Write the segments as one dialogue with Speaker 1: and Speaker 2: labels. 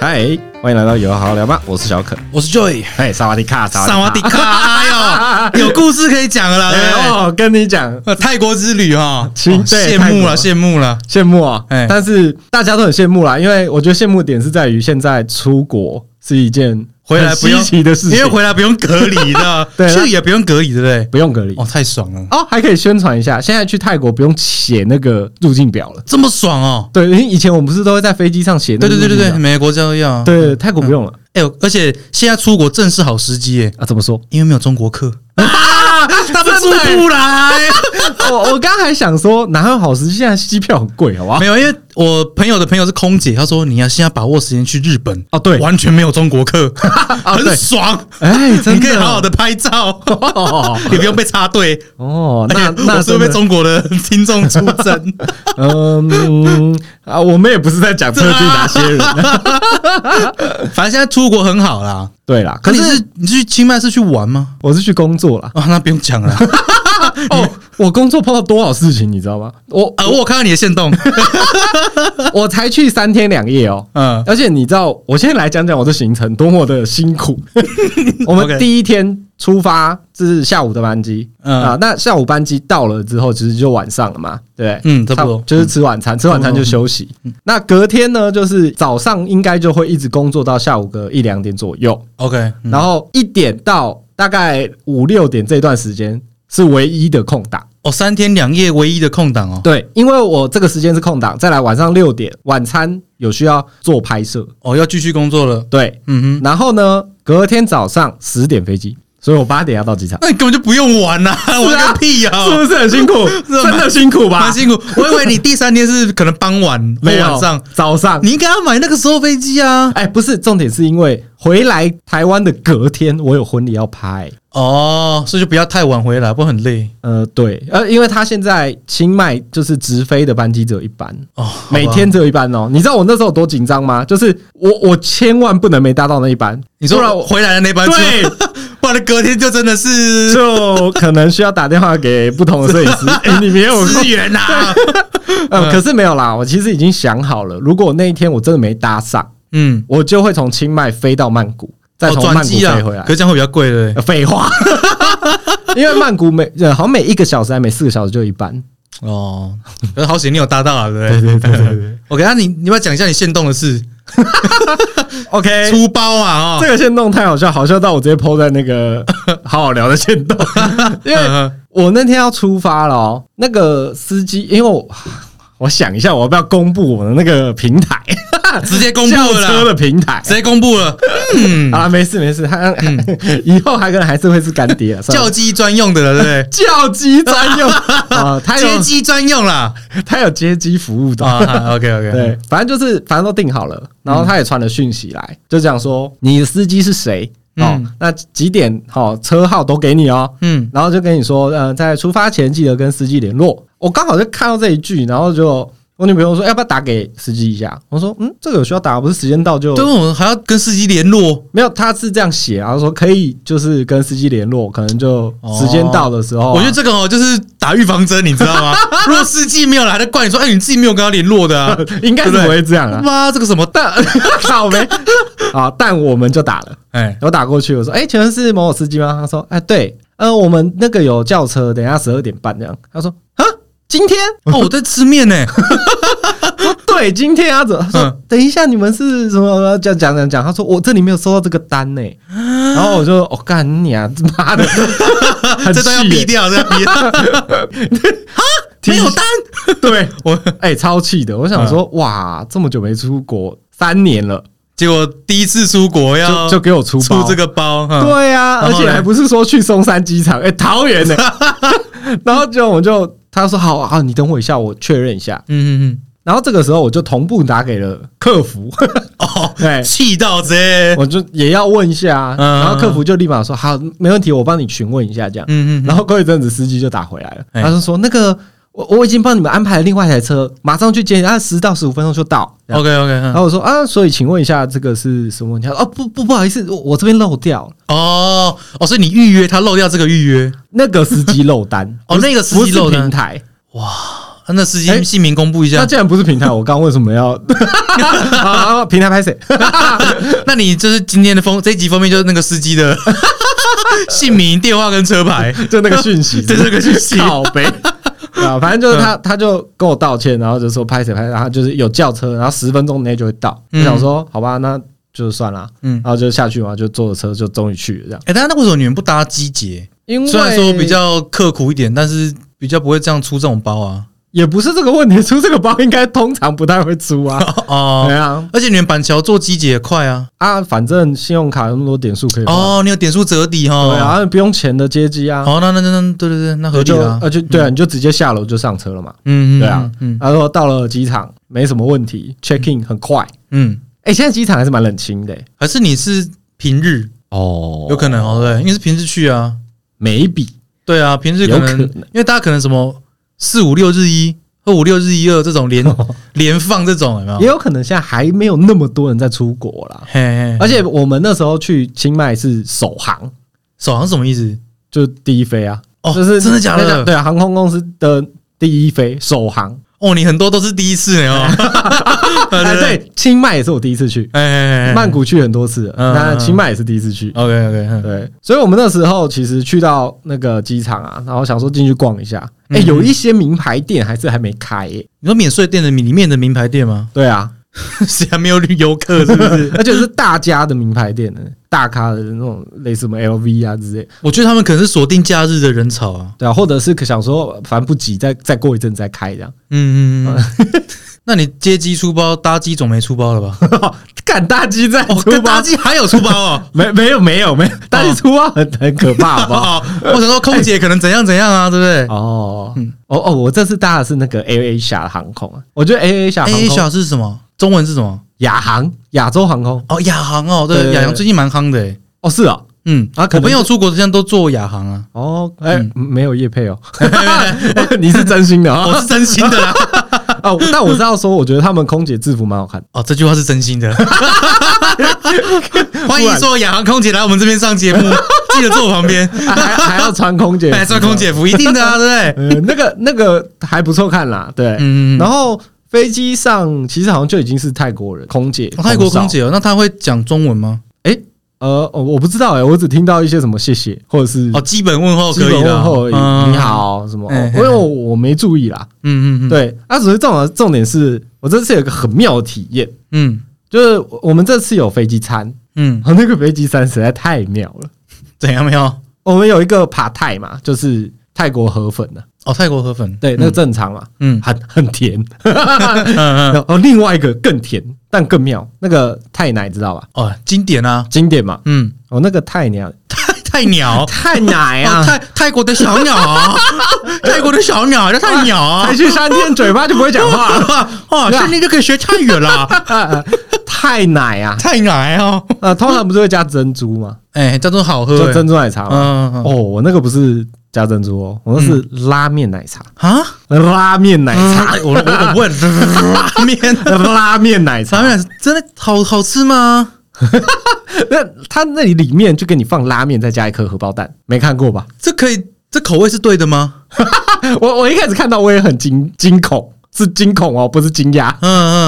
Speaker 1: 嗨，欢迎来到有好好聊吧，我是小可。
Speaker 2: 我是 Joy，
Speaker 1: 嘿，萨瓦迪卡，
Speaker 2: 萨瓦迪
Speaker 1: 卡。
Speaker 2: 卡，哎呦，有故事可以讲了啦，对
Speaker 1: 哎
Speaker 2: 不对？
Speaker 1: 哦，跟你讲，
Speaker 2: 呃泰国之旅哈，哦
Speaker 1: 亲对
Speaker 2: 羡慕了，
Speaker 1: 泰国
Speaker 2: 羡慕了，
Speaker 1: 羡慕啊、
Speaker 2: 哎
Speaker 1: 但是大家都很羡慕啦，因为我觉得羡慕点是在于现在出国是一件
Speaker 2: 回来
Speaker 1: 很
Speaker 2: 不用
Speaker 1: 稀奇的事情，
Speaker 2: 因为回来不用隔离的
Speaker 1: ，对
Speaker 2: 去也不用隔离，对不对？
Speaker 1: 不用隔离
Speaker 2: 哦，太爽了，
Speaker 1: 哦，还可以宣传一下，现在去泰国不用写那个入境表了。
Speaker 2: 这么爽哦！
Speaker 1: 对，因为以前我们不是都会在飞机上写那
Speaker 2: 对
Speaker 1: 个
Speaker 2: 对
Speaker 1: 入
Speaker 2: 对
Speaker 1: 境
Speaker 2: 对
Speaker 1: 表，
Speaker 2: 对，每个国家都要。
Speaker 1: 对对泰国不用了、
Speaker 2: 哎呦，而且现在出国正是好时机耶，
Speaker 1: 啊？怎么说？
Speaker 2: 因为没有中国客， 他们出
Speaker 1: 啊真的耶
Speaker 2: 不来。
Speaker 1: 我我刚还想说，哪有好时机？现在机票很贵，好不好
Speaker 2: 没？有，因为我朋友的朋友是空姐，她说你要现在把握时间去日本，
Speaker 1: 哦，对，
Speaker 2: 完全没有中国客，
Speaker 1: 啊对
Speaker 2: 很爽。
Speaker 1: 哎，真的
Speaker 2: 你可以好好的拍 照，
Speaker 1: 哦
Speaker 2: 也不用被插队。
Speaker 1: 哦，
Speaker 2: 而且
Speaker 1: 那 那
Speaker 2: 我是被
Speaker 1: 真的
Speaker 2: 中国的听众出征，
Speaker 1: 嗯啊，我们也不是在讲特定哪些人，
Speaker 2: 反正现在出国很好啦。
Speaker 1: 对啦。
Speaker 2: 可
Speaker 1: 可
Speaker 2: 你
Speaker 1: 是
Speaker 2: 是你是去清迈是去玩吗？
Speaker 1: 我是去工作啦，
Speaker 2: 啊，那不用讲了。
Speaker 1: 哦，我工作碰到多少事情，你知道吗？我
Speaker 2: 啊，我有看到你的线动，
Speaker 1: 我才去三天两夜哦。
Speaker 2: 嗯，
Speaker 1: 而且你知道，我先来讲讲我的行程多么的辛 苦。我
Speaker 2: OK
Speaker 1: 们第一天出发这是下午的班机
Speaker 2: 嗯
Speaker 1: 啊，那下午班机到了之后，其实就晚上了嘛，对不对？嗯
Speaker 2: 嗯差不多
Speaker 1: 就是吃晚餐，吃晚餐就休息。那隔天呢，就是早上应该就会一直工作到下午个一两点左右，
Speaker 2: OK，嗯
Speaker 1: 然后一点到大概五六点这段时间是唯一的空档。
Speaker 2: 哦，三天两夜唯一的空档哦，
Speaker 1: 对，因为我这个时间是空档，再来晚上六点晚餐有需要做拍摄，
Speaker 2: 哦，要继续工作了，
Speaker 1: 对，
Speaker 2: 嗯哼，
Speaker 1: 然后呢，隔天早上十点飞机，所以我八点要到机场，
Speaker 2: 那你根本就不用玩啦，玩个屁呀，
Speaker 1: 是不是很辛苦？
Speaker 2: 哦是
Speaker 1: 真的辛苦吧
Speaker 2: 啊蛮？辛苦。我以为你第三天是可能傍晚或
Speaker 1: 没有
Speaker 2: 晚上，
Speaker 1: 早上，
Speaker 2: 你应该要买那个时候飞机啊。
Speaker 1: 哎，不是，重点是因为回来台湾的隔天，我有婚礼要拍。
Speaker 2: 哦，所以就不要太晚回来，不然很累
Speaker 1: 呃，对，呃，因为他现在清迈就是直飞的班机只有一班，
Speaker 2: 哦。好吧
Speaker 1: 每天只有一班哦。你知道我那时候有多紧张吗？就是我我千万不能没搭到那一班，
Speaker 2: 你说
Speaker 1: 不然
Speaker 2: 我
Speaker 1: 我
Speaker 2: 回来的那班车，
Speaker 1: 对，
Speaker 2: 不然隔天就真的是
Speaker 1: 就可能需要打电话给不同的摄影 师。哎，你没有 空
Speaker 2: 资源啊呐。
Speaker 1: 呃，
Speaker 2: 嗯
Speaker 1: 可是没有啦，我其实已经想好了，如果那一天我真的没搭上，
Speaker 2: 嗯，
Speaker 1: 我就会从清迈飞到曼谷，再
Speaker 2: 哦
Speaker 1: 从
Speaker 2: 转
Speaker 1: 曼谷
Speaker 2: 机啊
Speaker 1: 飞回来
Speaker 2: 可。是这样会比较贵对不对
Speaker 1: 呃废、 话，因为曼谷每呃好像每一个小时还每四个小时就一班。
Speaker 2: 哦，可是好险你有搭到啊，对不
Speaker 1: 对
Speaker 2: 对？
Speaker 1: 对对
Speaker 2: OK，那你你要不要讲一下你限动的事，
Speaker 1: ，OK。
Speaker 2: 出包啊
Speaker 1: 这
Speaker 2: 哦，
Speaker 1: 个线动太好笑，好笑到我直接 PO 在那 个好好聊的线动，因为
Speaker 2: 嗯
Speaker 1: 我那天要出发了哦。那个司机，因为我我想一下，我要不要公布我的那个平台，
Speaker 2: 嗯直接公布
Speaker 1: 轿啊车
Speaker 2: 了啦，
Speaker 1: 的平台？
Speaker 2: 直接公布了，嗯，
Speaker 1: 啊，没事没事，他 以后还可能还是会 是干爹啊，算了
Speaker 2: 叫鸡专用的了，对
Speaker 1: 叫机专 用啊，
Speaker 2: 不
Speaker 1: 他
Speaker 2: 对？
Speaker 1: 有
Speaker 2: 接机专 用啦，
Speaker 1: 他有接机服务的，
Speaker 2: 啊，OK OK，
Speaker 1: 对，反正就是反正都定好了，然后他也传了讯息来，就讲说你的司机是谁哦
Speaker 2: 嗯，
Speaker 1: 那几点好车号都给你哦，
Speaker 2: 嗯，
Speaker 1: 然后就跟你说，呃，在出发前记得跟司机联络。我刚好就看到这一句，然后就。我女朋友说：“要不要打给司机一下？”我说：“嗯，这个有需要打，不是时间到就
Speaker 2: 对，我们还要跟司机联络，
Speaker 1: 没有。”他是这样写，然后说可以就是跟司机联络，可能就时间到的时候啊、
Speaker 2: 我觉得这个哦，就是打预防针，你知道 吗？如果司机没有来，他怪你说，哎，你自己没有跟他联 络的啊，
Speaker 1: 应该是不会这样啊。
Speaker 2: 妈，这个什么蛋？
Speaker 1: 好没啊，但我们就打了，
Speaker 2: 哎，
Speaker 1: 我打过去，我说：“哎、请问是某某司机吗？”他说：“哎、对，呃，我们那个有轿车，等一下十二点半这样。”他说：“啊，今天？
Speaker 2: 哦，我在吃面呢，
Speaker 1: 对，今天啊，怎么？”他说：“
Speaker 2: 嗯
Speaker 1: 等一下，你们是什么？讲讲讲讲。”他说：“我这里没有收到这个单 呢、然后我就：“我、哦、干你啊，妈的， 很
Speaker 2: 这段要
Speaker 1: 气
Speaker 2: 逼
Speaker 1: 耶
Speaker 2: 掉，这要逼掉。 没有单， 嗯
Speaker 1: 对
Speaker 2: 我
Speaker 1: 哎、超气的。我想说，哇，这么久没出国，三年了，
Speaker 2: 结果第一次出国要
Speaker 1: 就就给我出包
Speaker 2: 出这个包，嗯，
Speaker 1: 对呀、
Speaker 2: 然
Speaker 1: 而
Speaker 2: 后
Speaker 1: 且
Speaker 2: 嘞
Speaker 1: 还不是说去松山机场，哎、桃园 呢、然后就我就他说好啊，你等我一下，我确认一下。
Speaker 2: 嗯嗯
Speaker 1: 然后这个时候我就同步打给了客服，
Speaker 2: 嗯，哦，
Speaker 1: 对，
Speaker 2: 气到 这，
Speaker 1: 我就也要问一下啊。
Speaker 2: 嗯
Speaker 1: 然后客服就立马说好，没问题，我帮你询问一下这样。
Speaker 2: 嗯嗯嗯，
Speaker 1: 然后过一阵子司机就打回来了，
Speaker 2: 哎
Speaker 1: 他就说那个我我已经帮你们安排了另外一台车，马上去接你，他十到十五分钟就到。这样
Speaker 2: OK OK，
Speaker 1: 然后我说啊，所以请问一下这个是什么问题？他说哦不不不好意思，我我这边漏掉了
Speaker 2: 哦哦，所以你预约他漏掉这个预约，
Speaker 1: 那个司机漏单
Speaker 2: ，哦那个司
Speaker 1: 不
Speaker 2: 机
Speaker 1: 是
Speaker 2: 漏单
Speaker 1: 平台。
Speaker 2: 啊那司机
Speaker 1: 哎
Speaker 2: 姓名公布一
Speaker 1: 那
Speaker 2: 下，
Speaker 1: 既然不是平台，我刚刚为什么要 啊？啊平台拍谁？
Speaker 2: 那你就是今天的封这一集封面就是那个司 机的姓名、电话跟车 牌，
Speaker 1: 哎 就那个讯息，
Speaker 2: 这是个讯息。嗯
Speaker 1: 靠呗。 对啊，反正就是他，他就跟我道歉，然后就说拍谁拍谁，然后就是有轿车，然后十分钟内就会到。
Speaker 2: 嗯
Speaker 1: 我想说，好吧，那就算了，
Speaker 2: 嗯
Speaker 1: 然后就下去嘛，就坐着车就终于去了这样。
Speaker 2: 哎、但是那为什么你们不搭机捷？
Speaker 1: 因为
Speaker 2: 嗯虽然说比较刻苦一点，但是比较不会这样出这种 包啊。
Speaker 1: 也不是这个问题，出这个包应该通常不太会出啊。对
Speaker 2: 哦，
Speaker 1: 啊，
Speaker 2: 而且你们板桥坐机捷也快啊。
Speaker 1: 啊，反正信用卡有那么多点数可以花，
Speaker 2: 哦，你有点数折抵哈。
Speaker 1: 啊
Speaker 2: 哦
Speaker 1: 对啊，不用钱的接机啊，
Speaker 2: 好，那那那那对对对，那合理
Speaker 1: 就
Speaker 2: 啦。
Speaker 1: 呃就对啊，你就直接下楼就上车了嘛。
Speaker 2: 嗯嗯，
Speaker 1: 对啊
Speaker 2: 嗯
Speaker 1: 然后到了机场没什么问题，check in 很快。
Speaker 2: 嗯，
Speaker 1: 哎，现在机场还是蛮冷清的欸
Speaker 2: 还是你是平日
Speaker 1: 哦
Speaker 2: 有可能哦，对，因为是平日去啊。
Speaker 1: 眉笔
Speaker 2: 对啊，平日可能
Speaker 1: 有可能
Speaker 2: 因为大家可能什么四五六日一或五六日一二这种 连连放这种有没
Speaker 1: 也
Speaker 2: 有？
Speaker 1: 有可能现在还没有那么多人在出国啦。
Speaker 2: 嘿嘿，
Speaker 1: 而且我们那时候去清迈是首航，
Speaker 2: 首航是什么意思？
Speaker 1: 就是第一飞啊，
Speaker 2: 哦，
Speaker 1: 就是
Speaker 2: 真的假
Speaker 1: 那叫
Speaker 2: 的？
Speaker 1: 对啊，航空公司的第一飞首航。
Speaker 2: 哦，你很多都是第一次呢哦。 对
Speaker 1: 哎，，对，清迈也是我第一次去，
Speaker 2: 哎哎哎，
Speaker 1: 曼谷去很多次了，
Speaker 2: 嗯
Speaker 1: 那清迈也是第一次去。
Speaker 2: OK OK，
Speaker 1: 对，所以我们那时候其实去到那个机场啊，然后想说进去逛一下，哎，
Speaker 2: 嗯
Speaker 1: 有一些名牌店还是还没开耶。
Speaker 2: 你说免税店的里面的名牌店吗？
Speaker 1: 对啊，
Speaker 2: 谁还没有旅游客是不是？
Speaker 1: 而且是大家的名牌店呢，大咖的那种类似什么 LV 啊之类，
Speaker 2: 我觉得他们可能是锁定假日的人潮啊。
Speaker 1: 对啊，或者是想说反正不急，再再过一阵再开这样。
Speaker 2: 嗯嗯嗯。 那你接机出包，搭机总没出包了 吧？
Speaker 1: 干大鸡在
Speaker 2: 哦，
Speaker 1: 出
Speaker 2: 搭
Speaker 1: 包？
Speaker 2: 机还有出包 哦。
Speaker 1: 没没有没有没有，大鸡出包很很可怕，好不好？
Speaker 2: 哦，我想说空姐可能怎样怎样啊，对不对
Speaker 1: 哦
Speaker 2: 嗯
Speaker 1: 哦哦，我这次搭的是那个 AA 下航空啊，我觉得 AA 下航
Speaker 2: ？A A
Speaker 1: 空
Speaker 2: 小是什么？中文是什么？
Speaker 1: 亚航亚洲航空
Speaker 2: 哦，亚航哦，
Speaker 1: 对对
Speaker 2: 对，
Speaker 1: 对
Speaker 2: 亚航最近蛮夯的欸。
Speaker 1: 哦是啊
Speaker 2: 嗯，
Speaker 1: 啊
Speaker 2: 我
Speaker 1: 可能
Speaker 2: 朋友出国之前都坐亚航啊，
Speaker 1: 哦哎
Speaker 2: 嗯
Speaker 1: 没有叶配哦， 你是真心的 啊
Speaker 2: 我是真心的啦。
Speaker 1: 哦，但我知道说，我觉得他们空姐制服蛮好看的，
Speaker 2: 哦，这句话是真心 的。欢
Speaker 1: 不
Speaker 2: 迎
Speaker 1: 然
Speaker 2: 所有亚航空姐来我们这边上 节目，记得坐我旁边，
Speaker 1: 啊还还要穿空姐服，啊
Speaker 2: 来穿空姐服，一定的啊，对不 对？
Speaker 1: 呃，那个那个还不错看啦，对。
Speaker 2: 嗯，
Speaker 1: 然后飞机上其实好像就已经是泰国人空姐，
Speaker 2: 哦泰国空
Speaker 1: 少，
Speaker 2: 姐哦，那她会讲中文吗？
Speaker 1: 呃，哦我不知道哎、我只听到一些什么谢谢或者是
Speaker 2: 哦，基本问候
Speaker 1: 基
Speaker 2: 可以
Speaker 1: 本
Speaker 2: 的
Speaker 1: 问
Speaker 2: 啊，
Speaker 1: 候而已，
Speaker 2: 嗯
Speaker 1: 你，好什么，
Speaker 2: 嗯
Speaker 1: 哦
Speaker 2: 嗯
Speaker 1: 因为我我没注意啦。
Speaker 2: 嗯嗯嗯，，
Speaker 1: 对，啊，所以重要重点是我这次有一个很妙的体验，
Speaker 2: 嗯
Speaker 1: 就是我们这次有飞机餐，
Speaker 2: 嗯，
Speaker 1: 那个飞机餐实在太妙了。
Speaker 2: 怎样没有？
Speaker 1: 我们有一个帕泰嘛，就是泰国河粉的、
Speaker 2: 哦，泰国河粉，
Speaker 1: 对，那个正常嘛，
Speaker 2: 嗯
Speaker 1: 很很甜。
Speaker 2: 嗯嗯，嗯
Speaker 1: 然后哦另外一个更甜，但更妙，那个太奶知道吧？
Speaker 2: 哦，经典啊，
Speaker 1: 经典嘛，
Speaker 2: 嗯，
Speaker 1: 哦，那个太娘，
Speaker 2: 泰泰鸟，
Speaker 1: 太奶
Speaker 2: 哦，泰泰国的小 鸟啊，泰国的小鸟叫泰鸟啊
Speaker 1: 才，去三天，嘴巴就不会讲话了。
Speaker 2: 哦，
Speaker 1: 对啊
Speaker 2: 现在就可以学泰语 了，
Speaker 1: 太奶啊，
Speaker 2: 泰奶哦，
Speaker 1: 呃，通常不是会加珍珠吗？
Speaker 2: 哎，叫做好喝
Speaker 1: 就
Speaker 2: 欸，嗯
Speaker 1: 珍珠奶茶嘛。
Speaker 2: 嗯嗯
Speaker 1: 哦，我那个不是加珍珠哦，我那是拉面奶茶，
Speaker 2: 啊，
Speaker 1: 拉面奶茶，
Speaker 2: 嗯我我我问嗯 拉面，
Speaker 1: 拉面奶
Speaker 2: 拉
Speaker 1: 茶。
Speaker 2: 面真的好好吃吗？
Speaker 1: 那它那里里面就给你放拉面，再加一颗荷包蛋，没看过吧？
Speaker 2: 这可以，这口味是对的吗？
Speaker 1: 我我一开始看到我也很惊惊恐，是惊恐哦，不是惊讶。
Speaker 2: 嗯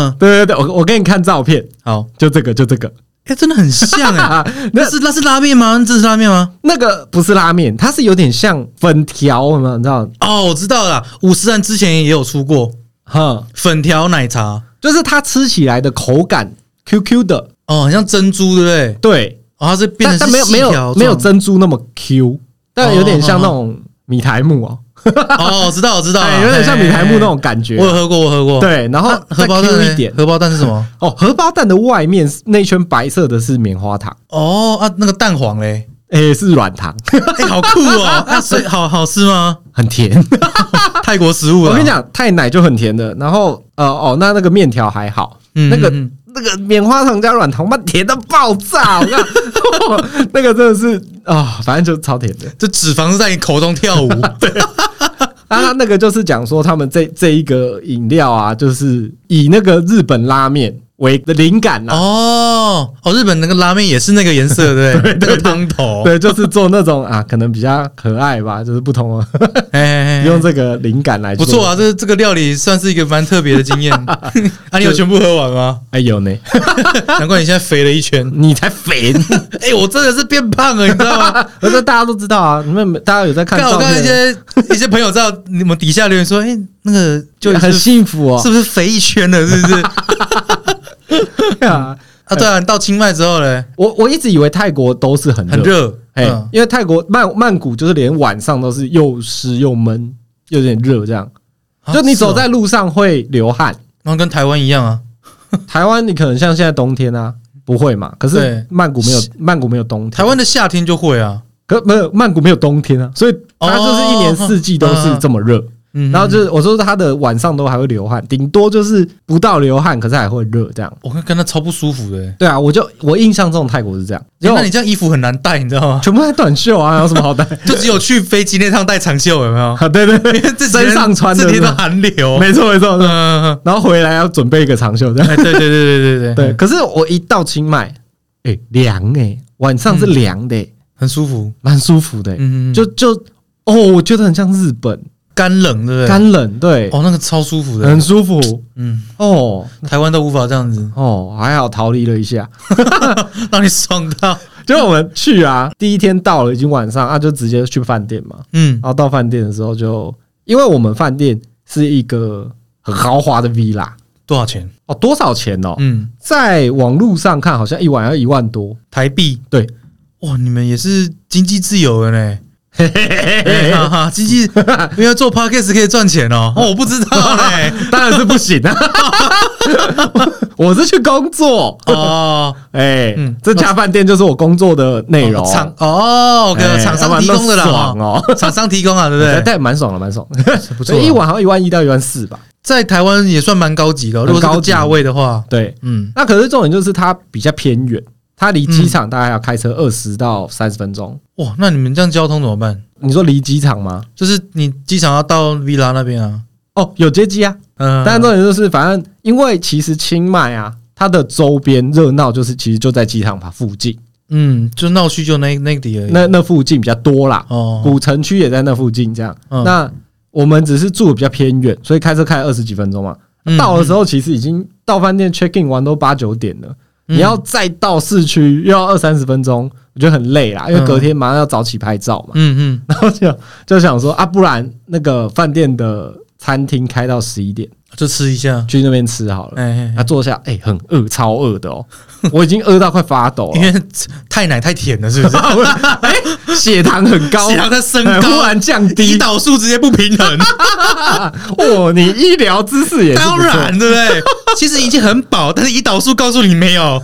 Speaker 2: 嗯，
Speaker 1: 对对对，我我给你看照片，
Speaker 2: 好，
Speaker 1: 就这个，就这个。
Speaker 2: 哎、真的很像哎、
Speaker 1: 啊， 那
Speaker 2: 那是那是拉面吗？这是拉面吗？
Speaker 1: 那个不是拉面，它是有点像粉条，有没有？你知道？
Speaker 2: 哦，我知道了啦，五十岚之前也有出过
Speaker 1: 哼，
Speaker 2: 粉条奶茶，
Speaker 1: 就是它吃起来的口感 QQ 的，
Speaker 2: 哦，很像珍珠，对不对？
Speaker 1: 对，
Speaker 2: 哦，它是变
Speaker 1: 但
Speaker 2: 成
Speaker 1: 但
Speaker 2: 是
Speaker 1: 没有没
Speaker 2: 细条
Speaker 1: 有
Speaker 2: 状
Speaker 1: 没有珍珠那么 Q，但有点像那种米苔木哦，
Speaker 2: 哦，我知道我知哎道啦，
Speaker 1: 哎，有点像米苔木那种
Speaker 2: 嘿。
Speaker 1: 感觉
Speaker 2: 嘿嘿。我有喝过，我有喝过。
Speaker 1: 对，然后
Speaker 2: 那荷
Speaker 1: 再
Speaker 2: 包蛋
Speaker 1: Q
Speaker 2: 呢
Speaker 1: 一点
Speaker 2: 荷包蛋是什么？
Speaker 1: 哦，荷包蛋的外面那一圈白色的是棉花糖，
Speaker 2: 哦啊，那个蛋黄嘞，
Speaker 1: 诶，是软糖，
Speaker 2: 哎，好酷 哦！那所以好好吃吗？
Speaker 1: 很甜。
Speaker 2: 泰国食物啊，
Speaker 1: 我跟你讲，太奶就很甜的，然后呃哦，那那个面条还好，
Speaker 2: 嗯，
Speaker 1: 那个
Speaker 2: 嗯嗯
Speaker 1: 那个棉花糖加软糖，妈甜到爆炸！我看 那个真的是啊、反正就是超甜的。
Speaker 2: 这脂肪是在你口中跳 舞，
Speaker 1: 啊，他那个就是讲说他们这这一个饮料啊，就是以那个日本拉面为的灵感啊啦。
Speaker 2: 哦哦，日本那个拉面也是那个颜色，对不 对？那个汤头，
Speaker 1: 对，就是做那种啊，可能比较可爱吧，就是不同的，
Speaker 2: 哎哎，哎
Speaker 1: 用这个灵感来
Speaker 2: 不
Speaker 1: 做。
Speaker 2: 错啊，这这个料理算是一个蛮特别的 经验。啊，你有全部喝完吗？
Speaker 1: 哎，有呢，
Speaker 2: 难怪你现在肥了一圈。
Speaker 1: 你才肥 呢，
Speaker 2: 哎、我真的是变胖了，你知道吗？
Speaker 1: 而且大家都知道啊，你们大家有 在看
Speaker 2: 看我
Speaker 1: 照
Speaker 2: 看一
Speaker 1: 片，
Speaker 2: 些一些朋友在你们底下留言说，哎、那个就
Speaker 1: 就很
Speaker 2: 是
Speaker 1: 幸福哦。
Speaker 2: 是不是肥一圈了？是不是？啊，
Speaker 1: 对啊，
Speaker 2: 对啊，你到清迈之后嘞，
Speaker 1: 我我一直以为泰国都是很
Speaker 2: 很
Speaker 1: 热，
Speaker 2: 热，
Speaker 1: 哎
Speaker 2: 嗯，
Speaker 1: 因为泰国曼曼谷就是连晚上都是又湿又闷，又有点热，这样就你走，
Speaker 2: 啊是哦哦
Speaker 1: 在路上会流汗。
Speaker 2: 然后跟台湾一样啊，
Speaker 1: 台湾你可能像现在冬天啊，不会嘛？可
Speaker 2: 对
Speaker 1: 是曼谷没有曼谷没有冬天，
Speaker 2: 台湾的夏天就会啊，
Speaker 1: 可没有曼谷没有冬天啊，所以它就是一年四季都是这么热。
Speaker 2: 嗯，
Speaker 1: 然后就是我说它的晚上都还会流汗，顶多就是不到流汗，可是还会热这样。
Speaker 2: 我看跟他超不舒服的、欸。
Speaker 1: 对啊，我就我印象中泰国是这样，
Speaker 2: 欸
Speaker 1: 然后
Speaker 2: 那你这样衣服很难带，你知道吗？
Speaker 1: 全部在短袖啊，有什么好带？
Speaker 2: 就只有去飞机那趟带长袖，有没有？
Speaker 1: 啊，对对对，
Speaker 2: 因为 这几天
Speaker 1: 身上穿的
Speaker 2: 这几天
Speaker 1: 是
Speaker 2: 都
Speaker 1: 吧
Speaker 2: 寒流。
Speaker 1: 没错没错。没错
Speaker 2: 嗯，
Speaker 1: 然后回来要准备一个长袖这样。
Speaker 2: 哎，对对对对 对
Speaker 1: 对，，可是我一到清迈，哎，凉哎，晚上是凉的欸，
Speaker 2: 很舒服。
Speaker 1: 蛮舒服的欸。
Speaker 2: 嗯，
Speaker 1: 就就哦，我觉得很像日本
Speaker 2: 干冷，对不对？
Speaker 1: 干冷，对，
Speaker 2: 哦，那个超舒服的
Speaker 1: 很。舒服
Speaker 2: 嗯，
Speaker 1: 哦
Speaker 2: 台湾都无法这样 子，
Speaker 1: 哦，还好逃离了一下。
Speaker 2: 让你爽到。
Speaker 1: 就我们去啊，第一天到了，已经晚上啊，就直接去饭店嘛。
Speaker 2: 嗯
Speaker 1: 然后到饭店的时候就，因为我们饭店是一个很豪华的 villa
Speaker 2: 多少钱？
Speaker 1: 哦，多少钱哦？
Speaker 2: 嗯，
Speaker 1: 在网络上看好像一晚要一万多，
Speaker 2: 台币。
Speaker 1: 对，
Speaker 2: 哇，你们也是经济自由的呢。哎哈哈，经济因为做 podcast 可以赚钱哦。哦，我不知道嘞。
Speaker 1: 当然是不行啊。 我是去工作，
Speaker 2: 哦，
Speaker 1: 哎、
Speaker 2: 嗯
Speaker 1: 这家饭店就是我工作的内容。
Speaker 2: 厂
Speaker 1: 哎
Speaker 2: 哦，OK，厂
Speaker 1: 要不
Speaker 2: 商
Speaker 1: 然
Speaker 2: 提
Speaker 1: 都
Speaker 2: 供的啦。
Speaker 1: 爽
Speaker 2: 哦
Speaker 1: 哦。
Speaker 2: 厂商提供啊，对不
Speaker 1: 对，
Speaker 2: 对？
Speaker 1: 但蛮爽的，蛮爽的。
Speaker 2: 不啊
Speaker 1: 所以一晚好像一万一到一万四吧。
Speaker 2: 在台湾也算蛮高级的哦，如果是
Speaker 1: 很
Speaker 2: 个
Speaker 1: 高级
Speaker 2: 价位的话，
Speaker 1: 对，
Speaker 2: 嗯，
Speaker 1: 那可是重点就是它比较偏远，它离机场大概要开车二十到三十分钟。
Speaker 2: 哇，那你们这样交通怎么办？
Speaker 1: 你说离机场吗？
Speaker 2: 就是你机场要到 villa 那边啊，
Speaker 1: 哦，有接机啊。
Speaker 2: 嗯，
Speaker 1: 但重点就是，反正因为其实清迈啊，它的周边热闹就是其实就在机场旁附近，
Speaker 2: 嗯，就闹区就那那里而已，
Speaker 1: 那那附近比较多啦，
Speaker 2: 哦，
Speaker 1: 古城区也在那附近这样。
Speaker 2: 嗯
Speaker 1: 那我们只是住得比较偏远，所以开车开了二十几分钟嘛。到的时
Speaker 2: 候
Speaker 1: 候其实已经到饭店 check in 完都八九点了。
Speaker 2: 嗯
Speaker 1: 你要再到市区又要二三十分钟，我觉得很累啦，因为隔天马上要早起拍照嘛，
Speaker 2: 嗯嗯，
Speaker 1: 然后就 就想说啊，不然那个饭店的餐厅开到十一点，
Speaker 2: 就吃一下，
Speaker 1: 去那边吃好了。
Speaker 2: 哎，
Speaker 1: 啊，
Speaker 2: 哎
Speaker 1: 坐下，哎、很饿，超饿的哦， 我已经饿到快发抖
Speaker 2: 因
Speaker 1: 了，哎
Speaker 2: 为太奶太甜了，是不是？
Speaker 1: 血糖很高，
Speaker 2: 血糖在升
Speaker 1: 哎忽
Speaker 2: 高，啊
Speaker 1: 然降
Speaker 2: 胰
Speaker 1: 低。
Speaker 2: 岛素直接不平衡，
Speaker 1: 哦，你医疗知识 也是不错
Speaker 2: 当然，对 不对？其实已经很饱，但是胰岛素告诉你没有，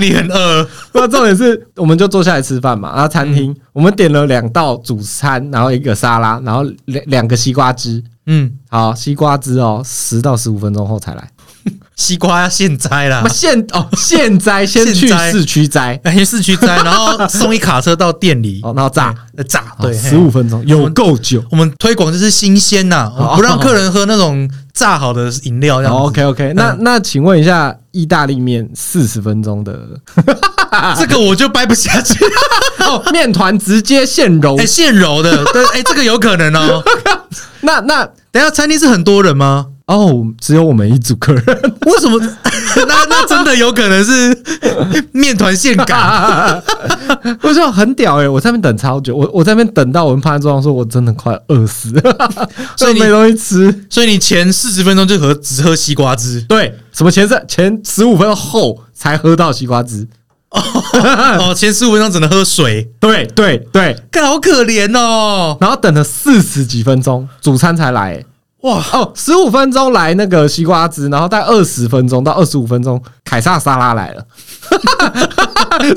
Speaker 2: 你很饿，
Speaker 1: 那重点是，我们就坐下来吃饭嘛，然后餐
Speaker 2: 嗯
Speaker 1: 厅、我们点了两道主餐，然后一个沙拉，然后两两个西瓜汁。
Speaker 2: 嗯，
Speaker 1: 好，西瓜汁哦，十到十五分钟后才来。
Speaker 2: 西瓜要现摘啦
Speaker 1: 那、，现哦，现摘先去
Speaker 2: 啊现摘
Speaker 1: 市区摘，
Speaker 2: 哎，去市区摘，然后送一卡车到店里，
Speaker 1: 哦，然后炸，
Speaker 2: 呃炸，
Speaker 1: 对，
Speaker 2: 对，
Speaker 1: 十五分钟有够久。
Speaker 2: 我们推广就是新鲜呐，我们不让客人喝那种炸好的饮料，这样子。嗯
Speaker 1: 哦、OK OK，那、那请问一下，意大利面四十分钟 的
Speaker 2: 这个我就掰不下去。
Speaker 1: 哦，面团直接现揉，
Speaker 2: 哎，现揉的，对，哎，这个有可能 哦。
Speaker 1: 那那
Speaker 2: 等一下餐厅是很多人吗？
Speaker 1: 哦，只有我们一组客 人，
Speaker 2: 为什么？那那真的有可能是面团现 擀。
Speaker 1: 我就很屌哎、我在那边等超久，我我在那边等到我们潘庄说我真的快饿死了，
Speaker 2: 所以
Speaker 1: 都没
Speaker 2: 你
Speaker 1: 东西吃。，
Speaker 2: 所以你前四十分钟就喝只喝西瓜汁
Speaker 1: 对，什么前三前十五分钟后才喝到西瓜汁。
Speaker 2: 哦，前十五分钟只能喝水，
Speaker 1: 对对对，
Speaker 2: 看好可怜哦。
Speaker 1: 然后等了四十几分钟，主餐才来、欸
Speaker 2: 哇，
Speaker 1: 哦，十五分钟来那个西瓜汁，然后待二十分钟到二十五分钟，凯撒沙拉来了，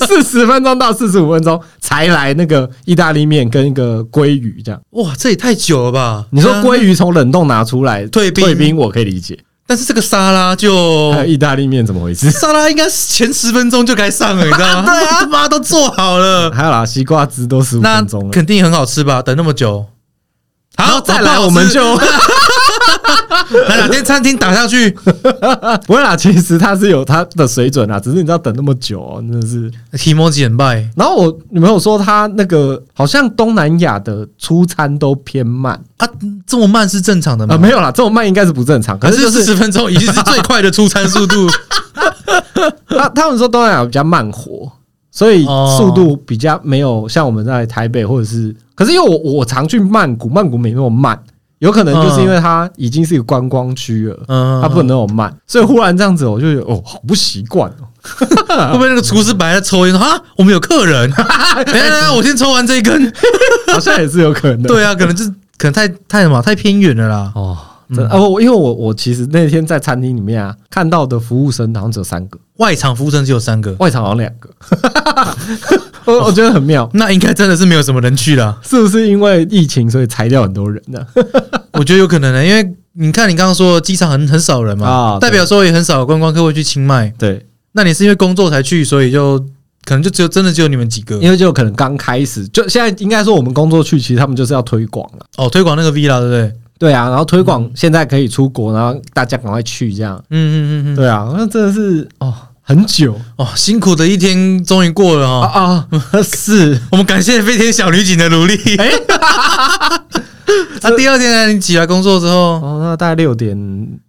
Speaker 1: 四十分钟到四十五分钟才来那个意大利面跟一个鲑鱼这样。
Speaker 2: 哇，这也太久了吧？
Speaker 1: 你说鲑
Speaker 2: 啊，
Speaker 1: 鱼从冷冻拿出来
Speaker 2: 嗯退冰哦
Speaker 1: 退冰，我可以理解。
Speaker 2: 但是这个沙拉就
Speaker 1: 还有 意大利面怎么回事？
Speaker 2: 沙拉应该是前十分钟就该上了，你知道吗？对啊，他妈都做好了，
Speaker 1: 还有啦，西瓜汁都十五
Speaker 2: 那
Speaker 1: 分钟了，
Speaker 2: 肯定很好吃吧？等那么久，
Speaker 1: 然
Speaker 2: 好，
Speaker 1: 后再
Speaker 2: 不
Speaker 1: 来
Speaker 2: 好吃
Speaker 1: 我们就
Speaker 2: 那哪天餐厅打下去，
Speaker 1: 不会啦，其实它是有它的水准啊啦，只是你知道等那么久、哦，真的是。
Speaker 2: 提莫简败，
Speaker 1: 然后我女朋友说，她那个好像东南亚的出餐都偏慢
Speaker 2: 啊，这么慢是正常的
Speaker 1: 啊、
Speaker 2: 吗？
Speaker 1: 呃没有啦，这种慢应该是不正常，可
Speaker 2: 嗯可
Speaker 1: 是
Speaker 2: 是
Speaker 1: 就
Speaker 2: 四
Speaker 1: 是
Speaker 2: 十分钟已 经是最快的出餐速 度
Speaker 1: 他他们说东南亚比较慢活，所以速度比较没有像我们在台北或者是，可是因为我我常去曼谷，曼谷没那么慢，有可能就是因为它已经是一个观光区了，
Speaker 2: 嗯
Speaker 1: 它不能那么慢，所以忽然这样子，我就觉得哦，好不习惯哦。
Speaker 2: 会不会那个厨师本来在抽烟 说啊，我们有客 人，等一下等一下我先抽完这一根。
Speaker 1: 好像也是有可能。
Speaker 2: 对啊，可能就是可能太太什么太偏远了啦。
Speaker 1: 哦，真的、啊，我因为我我其实那天在餐厅里面啊，看到的服务生好像只有三个，
Speaker 2: 外场服务生只有三个，
Speaker 1: 外场好像两个， 我我觉得很妙。
Speaker 2: 那应该真的是没有什么人去啦。
Speaker 1: 是不是因为疫情，所以裁掉很多人呢、
Speaker 2: 我觉得有可能呢、因为你看你刚刚说机场很很少人嘛，
Speaker 1: 啊对
Speaker 2: 代表说也很少有观光客会去清迈。
Speaker 1: 对，
Speaker 2: 那你是因为工作才去，所以就可能就只有真的只有你们几个
Speaker 1: 因为就可能刚开始，就现在应该说我们工作去，其实他们就是要推广啊了。
Speaker 2: 哦，推广那个 villa 对不对？
Speaker 1: 对啊，然后推广现在可以出国，然后大家赶快去这样。
Speaker 2: 嗯嗯嗯嗯，
Speaker 1: 对啊，那真的是哦，很久
Speaker 2: 哦，辛苦的一天终于过了哦。
Speaker 1: 啊啊， 是
Speaker 2: 我们感谢飞天小女警的努力。
Speaker 1: 哎
Speaker 2: 那、啊第二天呢？你起来工作之后，
Speaker 1: 哦，那大概六点，